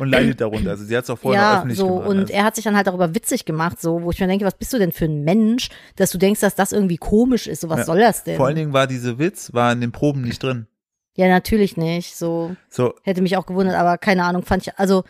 Speaker 1: Und leidet darunter. Also sie hat es auch vorher noch
Speaker 2: ja,
Speaker 1: öffentlich
Speaker 2: so
Speaker 1: gemacht.
Speaker 2: und
Speaker 1: also.
Speaker 2: er hat sich dann halt darüber witzig gemacht, so wo ich mir denke, was bist du denn für ein Mensch, dass du denkst, dass das irgendwie komisch ist, so was
Speaker 1: Ja.
Speaker 2: soll das denn?
Speaker 1: Vor allen Dingen war diese Witz, war in den Proben nicht drin.
Speaker 2: ja, natürlich nicht, so
Speaker 1: So,
Speaker 2: Hätte mich auch gewundert, aber keine Ahnung, fand ich, also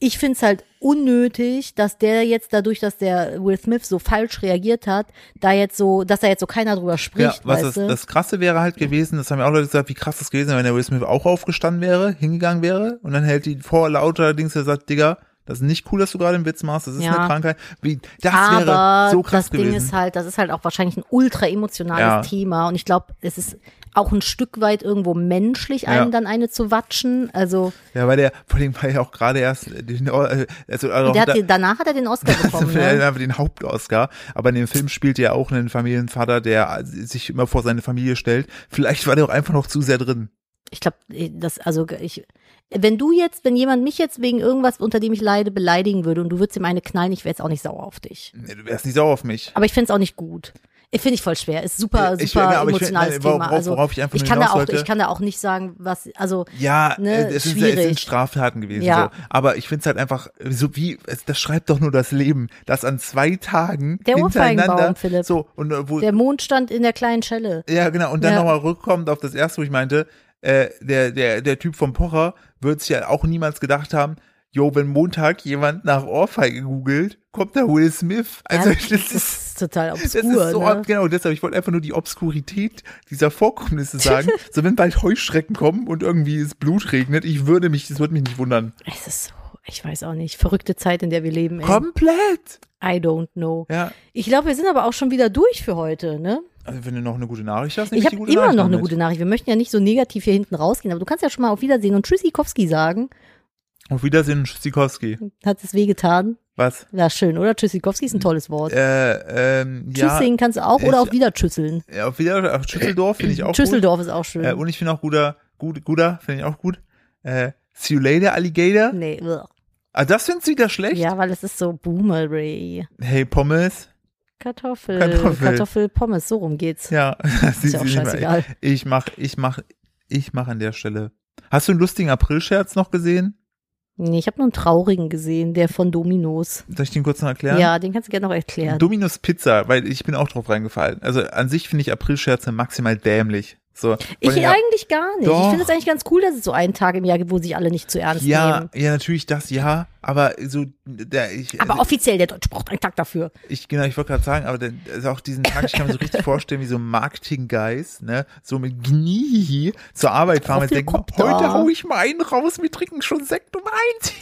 Speaker 2: ich finde es halt unnötig, dass der jetzt dadurch, dass der Will Smith so falsch reagiert hat, da jetzt so, dass da jetzt so keiner drüber spricht,
Speaker 1: ja, was
Speaker 2: weißt
Speaker 1: das,
Speaker 2: du?
Speaker 1: das Krasse wäre halt gewesen, das haben ja auch Leute gesagt, wie krass das gewesen wäre, wenn der Will Smith auch aufgestanden wäre, hingegangen wäre und dann hält die vor lauter Dings, der sagt, Digga, das ist nicht cool, dass du gerade einen Witz machst, das ist
Speaker 2: Ja.
Speaker 1: eine Krankheit. Wie, das
Speaker 2: aber
Speaker 1: wäre so krass
Speaker 2: das
Speaker 1: gewesen.
Speaker 2: Ding ist halt, das ist halt auch wahrscheinlich ein ultra emotionales
Speaker 1: Ja.
Speaker 2: Thema und ich glaube, es ist auch ein Stück weit irgendwo menschlich, einem
Speaker 1: Ja.
Speaker 2: dann eine zu watschen, also
Speaker 1: ja, weil der, vor allem war ja auch gerade erst, äh, den, äh, also, also
Speaker 2: der hat,
Speaker 1: da-
Speaker 2: den- danach hat er den Oscar bekommen,
Speaker 1: Er hat
Speaker 2: ne?
Speaker 1: einfach den Haupt-Oscar, aber in dem Film spielt er ja auch einen Familienvater, der sich immer vor seine Familie stellt. Vielleicht war der auch einfach noch zu sehr drin.
Speaker 2: Ich glaube, das, also ich, wenn du jetzt, wenn jemand mich jetzt wegen irgendwas, unter dem ich leide, beleidigen würde und du würdest ihm eine knallen, ich wäre jetzt auch nicht sauer auf dich.
Speaker 1: Nee, Du wärst nicht sauer auf mich.
Speaker 2: Aber ich finde es auch nicht gut. Ich finde ich voll schwer. Ist super,
Speaker 1: Ich- ich-
Speaker 2: super
Speaker 1: ja, aber ich find-
Speaker 2: emotionales
Speaker 1: nein, worauf-
Speaker 2: Thema. Also
Speaker 1: worauf ich einfach nur
Speaker 2: kann da
Speaker 1: hinaus
Speaker 2: auch,
Speaker 1: wollte-
Speaker 2: ich kann da auch nicht sagen, was, also
Speaker 1: Ja,
Speaker 2: Ne,
Speaker 1: äh, es, sind, es
Speaker 2: schwierig.
Speaker 1: sind Straftaten gewesen.
Speaker 2: Ja.
Speaker 1: So. Aber ich find's halt einfach, so wie, es, das schreibt doch nur das Leben, dass an zwei Tagen
Speaker 2: Der
Speaker 1: hintereinander.
Speaker 2: Ohrfeigenbaum, Philipp.
Speaker 1: So, und äh, wo,
Speaker 2: der Mond stand in der kleinen Schelle.
Speaker 1: ja, genau, und dann
Speaker 2: Ja.
Speaker 1: nochmal rückkommend auf das erste, wo ich meinte, äh, der, der, der Typ vom Pocher wird sich ja auch niemals gedacht haben, yo, wenn Montag jemand nach Ohrfeige googelt, kommt da Will Smith. Also
Speaker 2: Ja,
Speaker 1: das
Speaker 2: Das
Speaker 1: ist
Speaker 2: ist total obskur.
Speaker 1: das ist so,
Speaker 2: ne?
Speaker 1: genau, deshalb, ich wollte einfach nur die Obskurität dieser Vorkommnisse sagen. so, wenn bald Heuschrecken kommen und irgendwie es Blut regnet, ich würde mich, das würde mich nicht wundern.
Speaker 2: Es ist so, ich weiß auch nicht, verrückte Zeit, in der wir leben. Ey.
Speaker 1: Komplett!
Speaker 2: I don't know.
Speaker 1: Ja.
Speaker 2: Ich glaube, wir sind aber auch schon wieder durch für heute, ne?
Speaker 1: Also, wenn du noch eine gute Nachricht hast, nehme ich,
Speaker 2: Ich habe
Speaker 1: die gute
Speaker 2: immer
Speaker 1: Nachricht
Speaker 2: noch eine
Speaker 1: mit.
Speaker 2: gute Nachricht. Wir möchten ja nicht so negativ hier hinten rausgehen, aber du kannst ja schon mal auf Wiedersehen und Tschüssikowski sagen.
Speaker 1: Auf Wiedersehen, Tschüssikowski.
Speaker 2: Hat es wehgetan?
Speaker 1: Was?
Speaker 2: War schön, oder? Tschüssikowski ist ein tolles Wort.
Speaker 1: Hm. Äh, ähm, ja.
Speaker 2: Tschüssing kannst du auch
Speaker 1: ich-
Speaker 2: oder auf Wiedertschüsseln.
Speaker 1: ja, Auf Wiedersehen, auf Schüsseldorf finde ich auch gut.
Speaker 2: Tschüsseldorf ist auch schön.
Speaker 1: Äh, und ich finde auch guter, gut, guter, finde ich auch gut. Äh, see you later, Alligator.
Speaker 2: nee, ugh.
Speaker 1: Ah, das findest du wieder schlecht?
Speaker 2: Hm. ja, weil es ist so Boomeray.
Speaker 1: Hey, Pommes.
Speaker 2: Kartoffel,
Speaker 1: Kartoffel.
Speaker 2: Kartoffel, Pommes, so rum geht's.
Speaker 1: Ja, das
Speaker 2: ist ja auch
Speaker 1: nicht mehr.
Speaker 2: scheißegal.
Speaker 1: Ich mach, ich mach, ich mach an der Stelle. Hast du einen lustigen April-Scherz noch gesehen?
Speaker 2: Nee, ich habe nur einen traurigen gesehen, der von Dominos.
Speaker 1: Soll ich den kurz noch erklären?
Speaker 2: Ja, den kannst du gerne noch erklären.
Speaker 1: Dominus Pizza, weil ich bin auch drauf reingefallen. Also an sich finde ich April-Scherze maximal dämlich. So,
Speaker 2: ich
Speaker 1: ja,
Speaker 2: eigentlich gar nicht.
Speaker 1: Doch.
Speaker 2: Ich finde es eigentlich ganz cool, dass es so einen Tag im Jahr gibt, wo sich alle nicht zu ernst
Speaker 1: ja,
Speaker 2: nehmen.
Speaker 1: ja, natürlich das, ja, aber so, der, ich,
Speaker 2: Aber offiziell, der Deutsche braucht einen Tag dafür.
Speaker 1: Ich, genau, ich wollte gerade sagen, aber dann, also auch diesen Tag, ich kann mir so richtig vorstellen, wie so Marketing-Guys, ne, so mit Gnie zur Arbeit fahren und
Speaker 2: Auf den
Speaker 1: denken,
Speaker 2: Kopf
Speaker 1: heute
Speaker 2: da."
Speaker 1: hau ich mal einen raus, wir trinken schon Sekt um eins.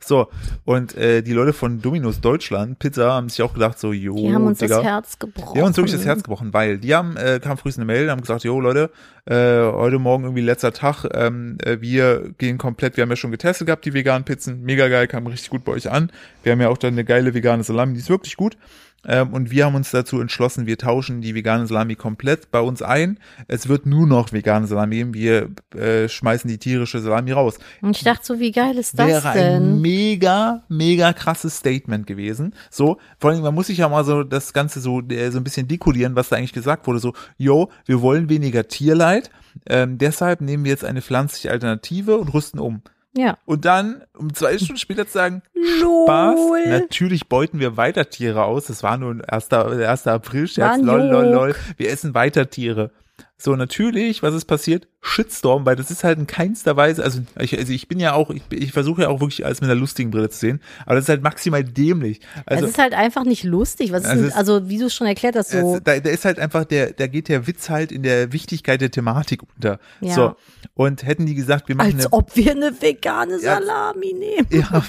Speaker 1: so, und äh, die Leute von Dominos Deutschland, Pizza, haben sich auch gedacht, so, jo,
Speaker 2: Die haben uns
Speaker 1: Oh, Digga.
Speaker 2: das Herz gebrochen.
Speaker 1: Die haben uns wirklich das Herz gebrochen, weil die haben, äh, kam frühestens eine Mail, haben gesagt, jo Leute, äh, heute Morgen irgendwie letzter Tag, ähm, äh, wir gehen komplett, wir haben ja schon getestet gehabt, die veganen Pizzen, mega geil, kamen richtig gut bei euch an. Wir haben ja auch dann eine geile vegane Salami, die ist wirklich gut. Ähm, und wir haben uns dazu entschlossen, wir tauschen die vegane Salami komplett bei uns ein. Es wird nur noch vegane Salami geben, wir äh, schmeißen die tierische Salami raus.
Speaker 2: Und ich dachte so, wie geil ist das
Speaker 1: Wäre ein
Speaker 2: denn?
Speaker 1: mega, mega krasses Statement gewesen. So, vor allem, man muss sich ja mal so das Ganze so, äh, so ein bisschen dekodieren, was da eigentlich gesagt wurde. So, yo, wir wollen weniger Tierleid, ähm, deshalb nehmen wir jetzt eine pflanzliche Alternative und rüsten um.
Speaker 2: Ja.
Speaker 1: Und dann, um zwei Stunden später zu sagen, Spaß,
Speaker 2: Lol.
Speaker 1: natürlich beuten wir weiter Tiere aus. Das war nur ein erster, der erste April-Scherz,
Speaker 2: War
Speaker 1: lol,
Speaker 2: ein
Speaker 1: lol,
Speaker 2: Joke.
Speaker 1: lol. Wir essen weiter Tiere. So, natürlich, was ist passiert? Shitstorm, weil das ist halt in keinster Weise, also ich, also ich bin ja auch, ich, ich versuche ja auch wirklich alles mit einer lustigen Brille zu sehen, aber das ist halt maximal dämlich. Also,
Speaker 2: es ist halt einfach nicht lustig. Was ist
Speaker 1: Also
Speaker 2: denn,
Speaker 1: es-
Speaker 2: also wie du es schon erklärt hast, so
Speaker 1: es- da, da ist halt einfach der, da geht der Witz halt in der Wichtigkeit der Thematik unter.
Speaker 2: Ja.
Speaker 1: So. Und hätten die gesagt, wir machen
Speaker 2: als
Speaker 1: eine,
Speaker 2: ob wir eine vegane
Speaker 1: Ja.
Speaker 2: Salami nehmen.
Speaker 1: ja,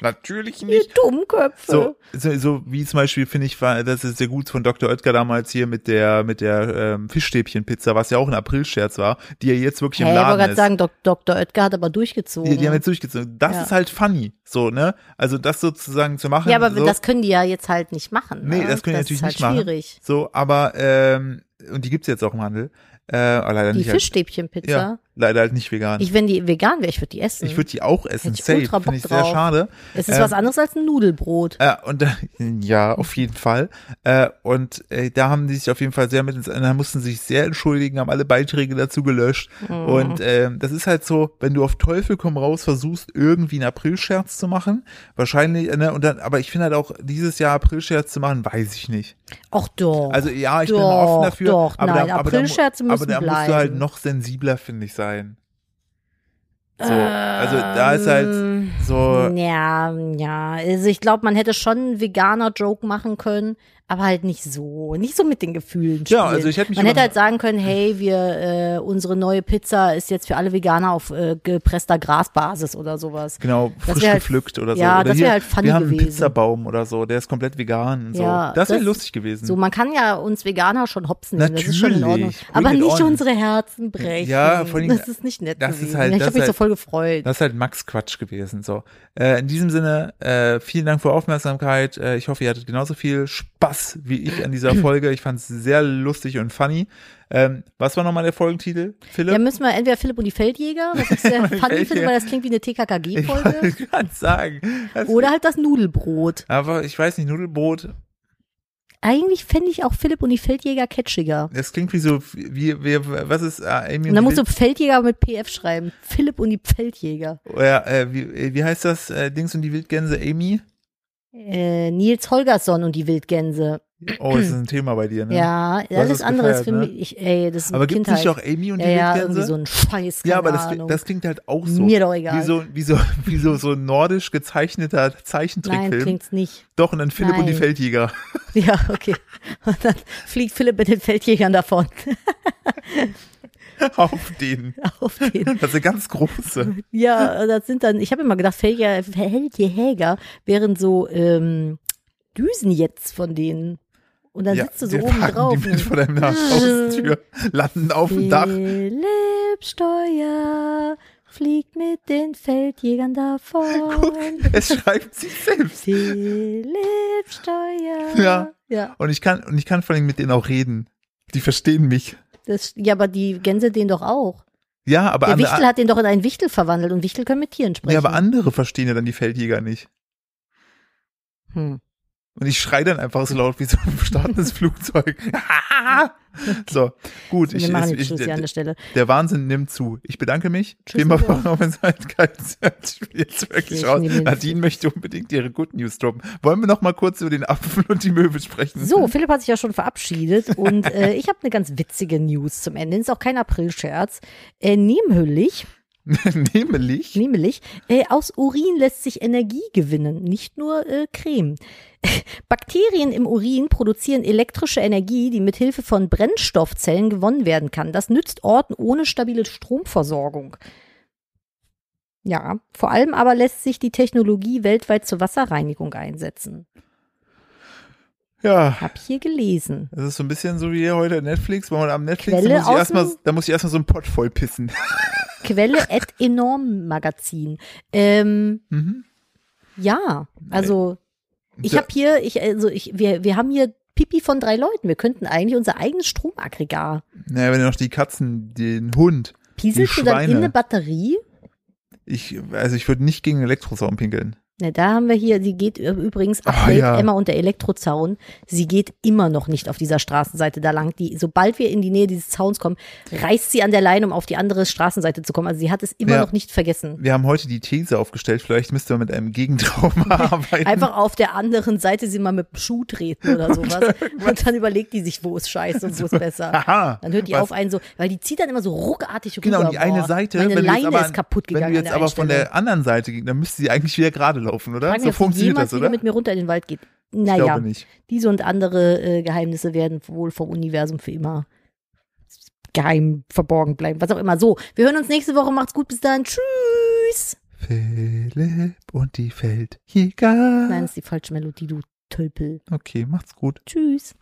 Speaker 1: natürlich
Speaker 2: Ihr
Speaker 1: nicht.
Speaker 2: Dummköpfe.
Speaker 1: So, so, so wie zum Beispiel finde ich, war, das ist sehr gut von Dr. Oetker damals hier mit der mit der ähm, Fischstäbchenpizza, was ja auch ein April-Scherz war, die ja jetzt wirklich im
Speaker 2: Hey, ich wollte
Speaker 1: Laden
Speaker 2: gerade
Speaker 1: ist.
Speaker 2: sagen, Dok Dr. Oetker hat aber
Speaker 1: die,
Speaker 2: durchgezogen.
Speaker 1: die haben jetzt durchgezogen. Das
Speaker 2: Mhm. Ja.
Speaker 1: ist halt funny, so ne? Also das sozusagen zu machen.
Speaker 2: ja, aber
Speaker 1: so,
Speaker 2: das können die ja jetzt halt nicht machen.
Speaker 1: nee,
Speaker 2: ne?
Speaker 1: das können die natürlich
Speaker 2: ist halt
Speaker 1: nicht machen.
Speaker 2: schwierig.
Speaker 1: So, aber ähm, und die gibt's jetzt auch im Handel. Äh, aber leider
Speaker 2: Die
Speaker 1: nicht.
Speaker 2: Fischstäbchenpizza.
Speaker 1: Halt, ja, leider halt nicht vegan. Ich,
Speaker 2: Ich, wenn die vegan wäre, ich würde die essen.
Speaker 1: würde die auch essen.
Speaker 2: Hätte ich
Speaker 1: Safe,
Speaker 2: ultra
Speaker 1: finde ich
Speaker 2: Bock
Speaker 1: sehr
Speaker 2: drauf.
Speaker 1: schade.
Speaker 2: es ist
Speaker 1: ähm,
Speaker 2: was anderes als ein Nudelbrot.
Speaker 1: Äh, und da, ja, auf jeden Fall. Äh, und äh, da haben die sich auf jeden Fall sehr mit ins, da mussten sie sich sehr entschuldigen, haben alle Beiträge dazu gelöscht.
Speaker 2: Mhm.
Speaker 1: Und ähm, das ist halt so, wenn du auf Teufel komm raus versuchst, irgendwie einen April-Scherz zu machen, wahrscheinlich, äh, ne, und dann, aber ich finde halt auch, dieses Jahr April-Scherz zu machen, weiß ich nicht.
Speaker 2: Och doch.
Speaker 1: Also ja, ich bin
Speaker 2: Doch,
Speaker 1: offen dafür.
Speaker 2: doch,
Speaker 1: aber
Speaker 2: nein,
Speaker 1: da, aber da, mu-
Speaker 2: April-Scherze
Speaker 1: Aber
Speaker 2: müssen
Speaker 1: da musst du halt
Speaker 2: bleiben.
Speaker 1: noch sensibler, finde ich, sein.
Speaker 2: Äh,
Speaker 1: So, also da ist halt
Speaker 2: Ähm,
Speaker 1: so,
Speaker 2: Ja, ja. Also ich glaube, man hätte schon einen veganer Joke machen können, aber halt nicht so. Nicht so mit den Gefühlen. Spielen.
Speaker 1: Ja, also ich hätte mich
Speaker 2: Man
Speaker 1: über-
Speaker 2: hätte halt sagen können, hey, wir, äh, unsere neue Pizza ist jetzt für alle Veganer auf äh, gepresster Grasbasis oder sowas.
Speaker 1: Genau,
Speaker 2: Das
Speaker 1: frisch
Speaker 2: wär halt-
Speaker 1: gepflückt oder so.
Speaker 2: ja,
Speaker 1: oder
Speaker 2: das wär
Speaker 1: hier,
Speaker 2: halt funny
Speaker 1: Wir haben einen
Speaker 2: gewesen.
Speaker 1: Pizzabaum oder so, der ist komplett vegan. Und so.
Speaker 2: Ja,
Speaker 1: das wäre
Speaker 2: das-
Speaker 1: lustig gewesen.
Speaker 2: So, man kann ja uns Veganer schon hops nehmen, das ist schon in Ordnung.
Speaker 1: Natürlich, bring
Speaker 2: Aber
Speaker 1: it
Speaker 2: nicht
Speaker 1: on.
Speaker 2: unsere Herzen brechen.
Speaker 1: Ja, vor allen Dingen-
Speaker 2: das ist nicht nett
Speaker 1: das ist
Speaker 2: gewesen.
Speaker 1: halt-
Speaker 2: ich
Speaker 1: das
Speaker 2: habe mich so
Speaker 1: halt-
Speaker 2: voll gefreut.
Speaker 1: das ist halt Max Quatsch gewesen. So. Äh, in diesem Sinne, äh, vielen Dank für eure Aufmerksamkeit. Äh, ich hoffe, ihr hattet genauso viel Spaß wie ich an dieser Folge. Ich fand es sehr lustig und funny. Ähm, was war nochmal der Folgentitel, Philipp?
Speaker 2: Ja, müssen wir entweder Philipp und die Feldjäger, was ich sehr funny
Speaker 1: Feldjäger.
Speaker 2: finde, weil das klingt wie eine
Speaker 1: ich
Speaker 2: TKKG-Folge.
Speaker 1: wollte gerade sagen. Das-
Speaker 2: Oder halt das Nudelbrot.
Speaker 1: aber ich weiß nicht, Nudelbrot,
Speaker 2: Eigentlich fände ich auch Philipp und die Feldjäger catchiger.
Speaker 1: das klingt wie so, wie, wie was ist äh, Amy
Speaker 2: Und dann musst
Speaker 1: Wild-
Speaker 2: du Feldjäger mit PF schreiben. Philipp und die Feldjäger.
Speaker 1: oder, äh, wie, wie heißt das, äh, Dings und die Wildgänse, Amy?
Speaker 2: Äh, Nils Holgersson und die Wildgänse.
Speaker 1: Oh, das ist ein Thema bei dir, ne?
Speaker 2: Ja,
Speaker 1: hast
Speaker 2: alles
Speaker 1: es
Speaker 2: andere ist für
Speaker 1: gefeiert, ne?
Speaker 2: mich, ich, ey, das ist
Speaker 1: Aber gibt es
Speaker 2: Kindheit.
Speaker 1: nicht auch Amy und
Speaker 2: ja,
Speaker 1: die
Speaker 2: ja, irgendwie
Speaker 1: Wildgänse?
Speaker 2: so ein Scheiß, keine
Speaker 1: ja, aber das,
Speaker 2: Ahnung.
Speaker 1: das klingt halt auch so.
Speaker 2: Mir doch egal.
Speaker 1: Wie so, wie so, wie so, so ein nordisch gezeichneter
Speaker 2: Nein,
Speaker 1: Zeichentrickfilm.
Speaker 2: klingt's nicht.
Speaker 1: Doch, und dann Philipp und die
Speaker 2: Nein.
Speaker 1: Feldjäger.
Speaker 2: Ja, okay. Und dann fliegt Philipp mit den Feldjägern davon.
Speaker 1: Auf den.
Speaker 2: Auf den.
Speaker 1: Das ist eine ganz große.
Speaker 2: Ja, das sind dann, ich habe immer gedacht, Feldjäger, Feldjäger wären so ähm, Düsen jetzt von denen. Und dann
Speaker 1: ja,
Speaker 2: sitzt du so
Speaker 1: wir
Speaker 2: oben
Speaker 1: parken
Speaker 2: drauf.
Speaker 1: Die mit vor deiner Haustür, landen auf dem Dach.
Speaker 2: Philipp Steuer fliegt mit den Feldjägern davon.
Speaker 1: Es schreibt sich selbst.
Speaker 2: Philipp Steuer.
Speaker 1: Ja.
Speaker 2: Ja,
Speaker 1: Und ich kann, und ich kann vor allem mit denen auch reden. Die verstehen mich.
Speaker 2: das, ja, aber die Gänse den doch auch.
Speaker 1: Ja, aber,
Speaker 2: Der
Speaker 1: andere,
Speaker 2: Wichtel hat den doch in einen Wichtel verwandelt und Wichtel können mit Tieren sprechen.
Speaker 1: ja, aber andere verstehen ja dann die Feldjäger nicht.
Speaker 2: hm.
Speaker 1: Und ich schreie dann einfach so laut wie so ein startendes Flugzeug. so, gut.
Speaker 2: Wir
Speaker 1: Ich,
Speaker 2: machen
Speaker 1: ich,
Speaker 2: jetzt Schluss hier an der
Speaker 1: ich,
Speaker 2: Stelle.
Speaker 1: der Wahnsinn nimmt zu. Ich bedanke mich.
Speaker 2: Tschüss,
Speaker 1: Thema
Speaker 2: Nico.
Speaker 1: Aufmerksamkeit. Ich bin jetzt wirklich
Speaker 2: Ich
Speaker 1: raus.
Speaker 2: nehme den-
Speaker 1: Nadine möchte unbedingt ihre Good News droppen. Wollen wir noch mal kurz über den Apfel und die Möwe sprechen?
Speaker 2: So, Philipp hat sich ja schon verabschiedet und äh, ich habe eine ganz witzige News zum Ende. Ist auch kein April-Scherz. Äh, nämlich,
Speaker 1: Nämlich.
Speaker 2: nämlich äh, aus Urin lässt sich Energie gewinnen, nicht nur äh, Creme. Bakterien im Urin produzieren elektrische Energie, die mit Hilfe von Brennstoffzellen gewonnen werden kann. Das nützt Orten ohne stabile Stromversorgung. Ja, vor allem aber lässt sich die Technologie weltweit zur Wasserreinigung einsetzen.
Speaker 1: Ja.
Speaker 2: Hab hier gelesen.
Speaker 1: Das ist so ein bisschen so wie hier heute Netflix, weil man am Netflix,
Speaker 2: Quelle
Speaker 1: da muss ich
Speaker 2: aus
Speaker 1: erstmal,
Speaker 2: dem-
Speaker 1: da muss ich erstmal so einen Pott voll pissen.
Speaker 2: Quelle at enorm Magazin. Ähm,
Speaker 1: Mhm.
Speaker 2: ja, also ich
Speaker 1: Da-
Speaker 2: habe hier, ich, also ich, wir, wir haben hier Pipi von drei Leuten. Wir könnten eigentlich unser eigenes Stromaggregat.
Speaker 1: Naja, wenn du noch die Katzen, den Hund.
Speaker 2: Pieselst
Speaker 1: Die
Speaker 2: du dann in
Speaker 1: Schweine.
Speaker 2: eine Batterie?
Speaker 1: Ich, also ich würde nicht gegen einen Elektrosaum pinkeln.
Speaker 2: Ne, da haben wir hier, sie geht ü- übrigens,
Speaker 1: Ah,
Speaker 2: Update,
Speaker 1: ja.
Speaker 2: Emma und der Elektrozaun, sie geht immer noch nicht auf dieser Straßenseite da lang. Die, sobald wir in die Nähe dieses Zauns kommen, reißt sie an der Leine, um auf die andere Straßenseite zu kommen. Also sie hat es immer
Speaker 1: Ja.
Speaker 2: noch nicht vergessen.
Speaker 1: Wir haben heute die These aufgestellt, vielleicht müsste man mit einem Gegentraum arbeiten.
Speaker 2: Einfach auf der anderen Seite sie mal mit dem Schuh treten oder sowas. und dann überlegt die sich, wo ist scheiße und wo ist besser.
Speaker 1: Aha.
Speaker 2: Dann hört die
Speaker 1: Was-
Speaker 2: auf einen so, weil die zieht dann immer so ruckartig rüber.
Speaker 1: Genau, die
Speaker 2: Boah,
Speaker 1: eine Seite,
Speaker 2: Meine
Speaker 1: wenn du
Speaker 2: Leine
Speaker 1: jetzt aber,
Speaker 2: ist kaputt gegangen.
Speaker 1: wenn du
Speaker 2: an
Speaker 1: jetzt
Speaker 2: der
Speaker 1: aber
Speaker 2: einen
Speaker 1: von
Speaker 2: Stelle.
Speaker 1: der anderen Seite ging, dann müsste sie eigentlich wieder gerade laufen, oder?
Speaker 2: Frag mich,
Speaker 1: so
Speaker 2: ob die
Speaker 1: funktioniert
Speaker 2: jemals
Speaker 1: das, oder?
Speaker 2: wieder mit mir runter in den Wald geht.
Speaker 1: ich
Speaker 2: Naja.
Speaker 1: glaube nicht.
Speaker 2: Diese und andere äh, Geheimnisse werden wohl vom Universum für immer geheim verborgen bleiben. Was auch immer. So, wir hören uns nächste Woche. Macht's gut. Bis dann. Tschüss.
Speaker 1: Philipp und die Feldjäger.
Speaker 2: Nein, das ist die falsche Melodie, du Tölpel.
Speaker 1: Okay, macht's gut.
Speaker 2: Tschüss.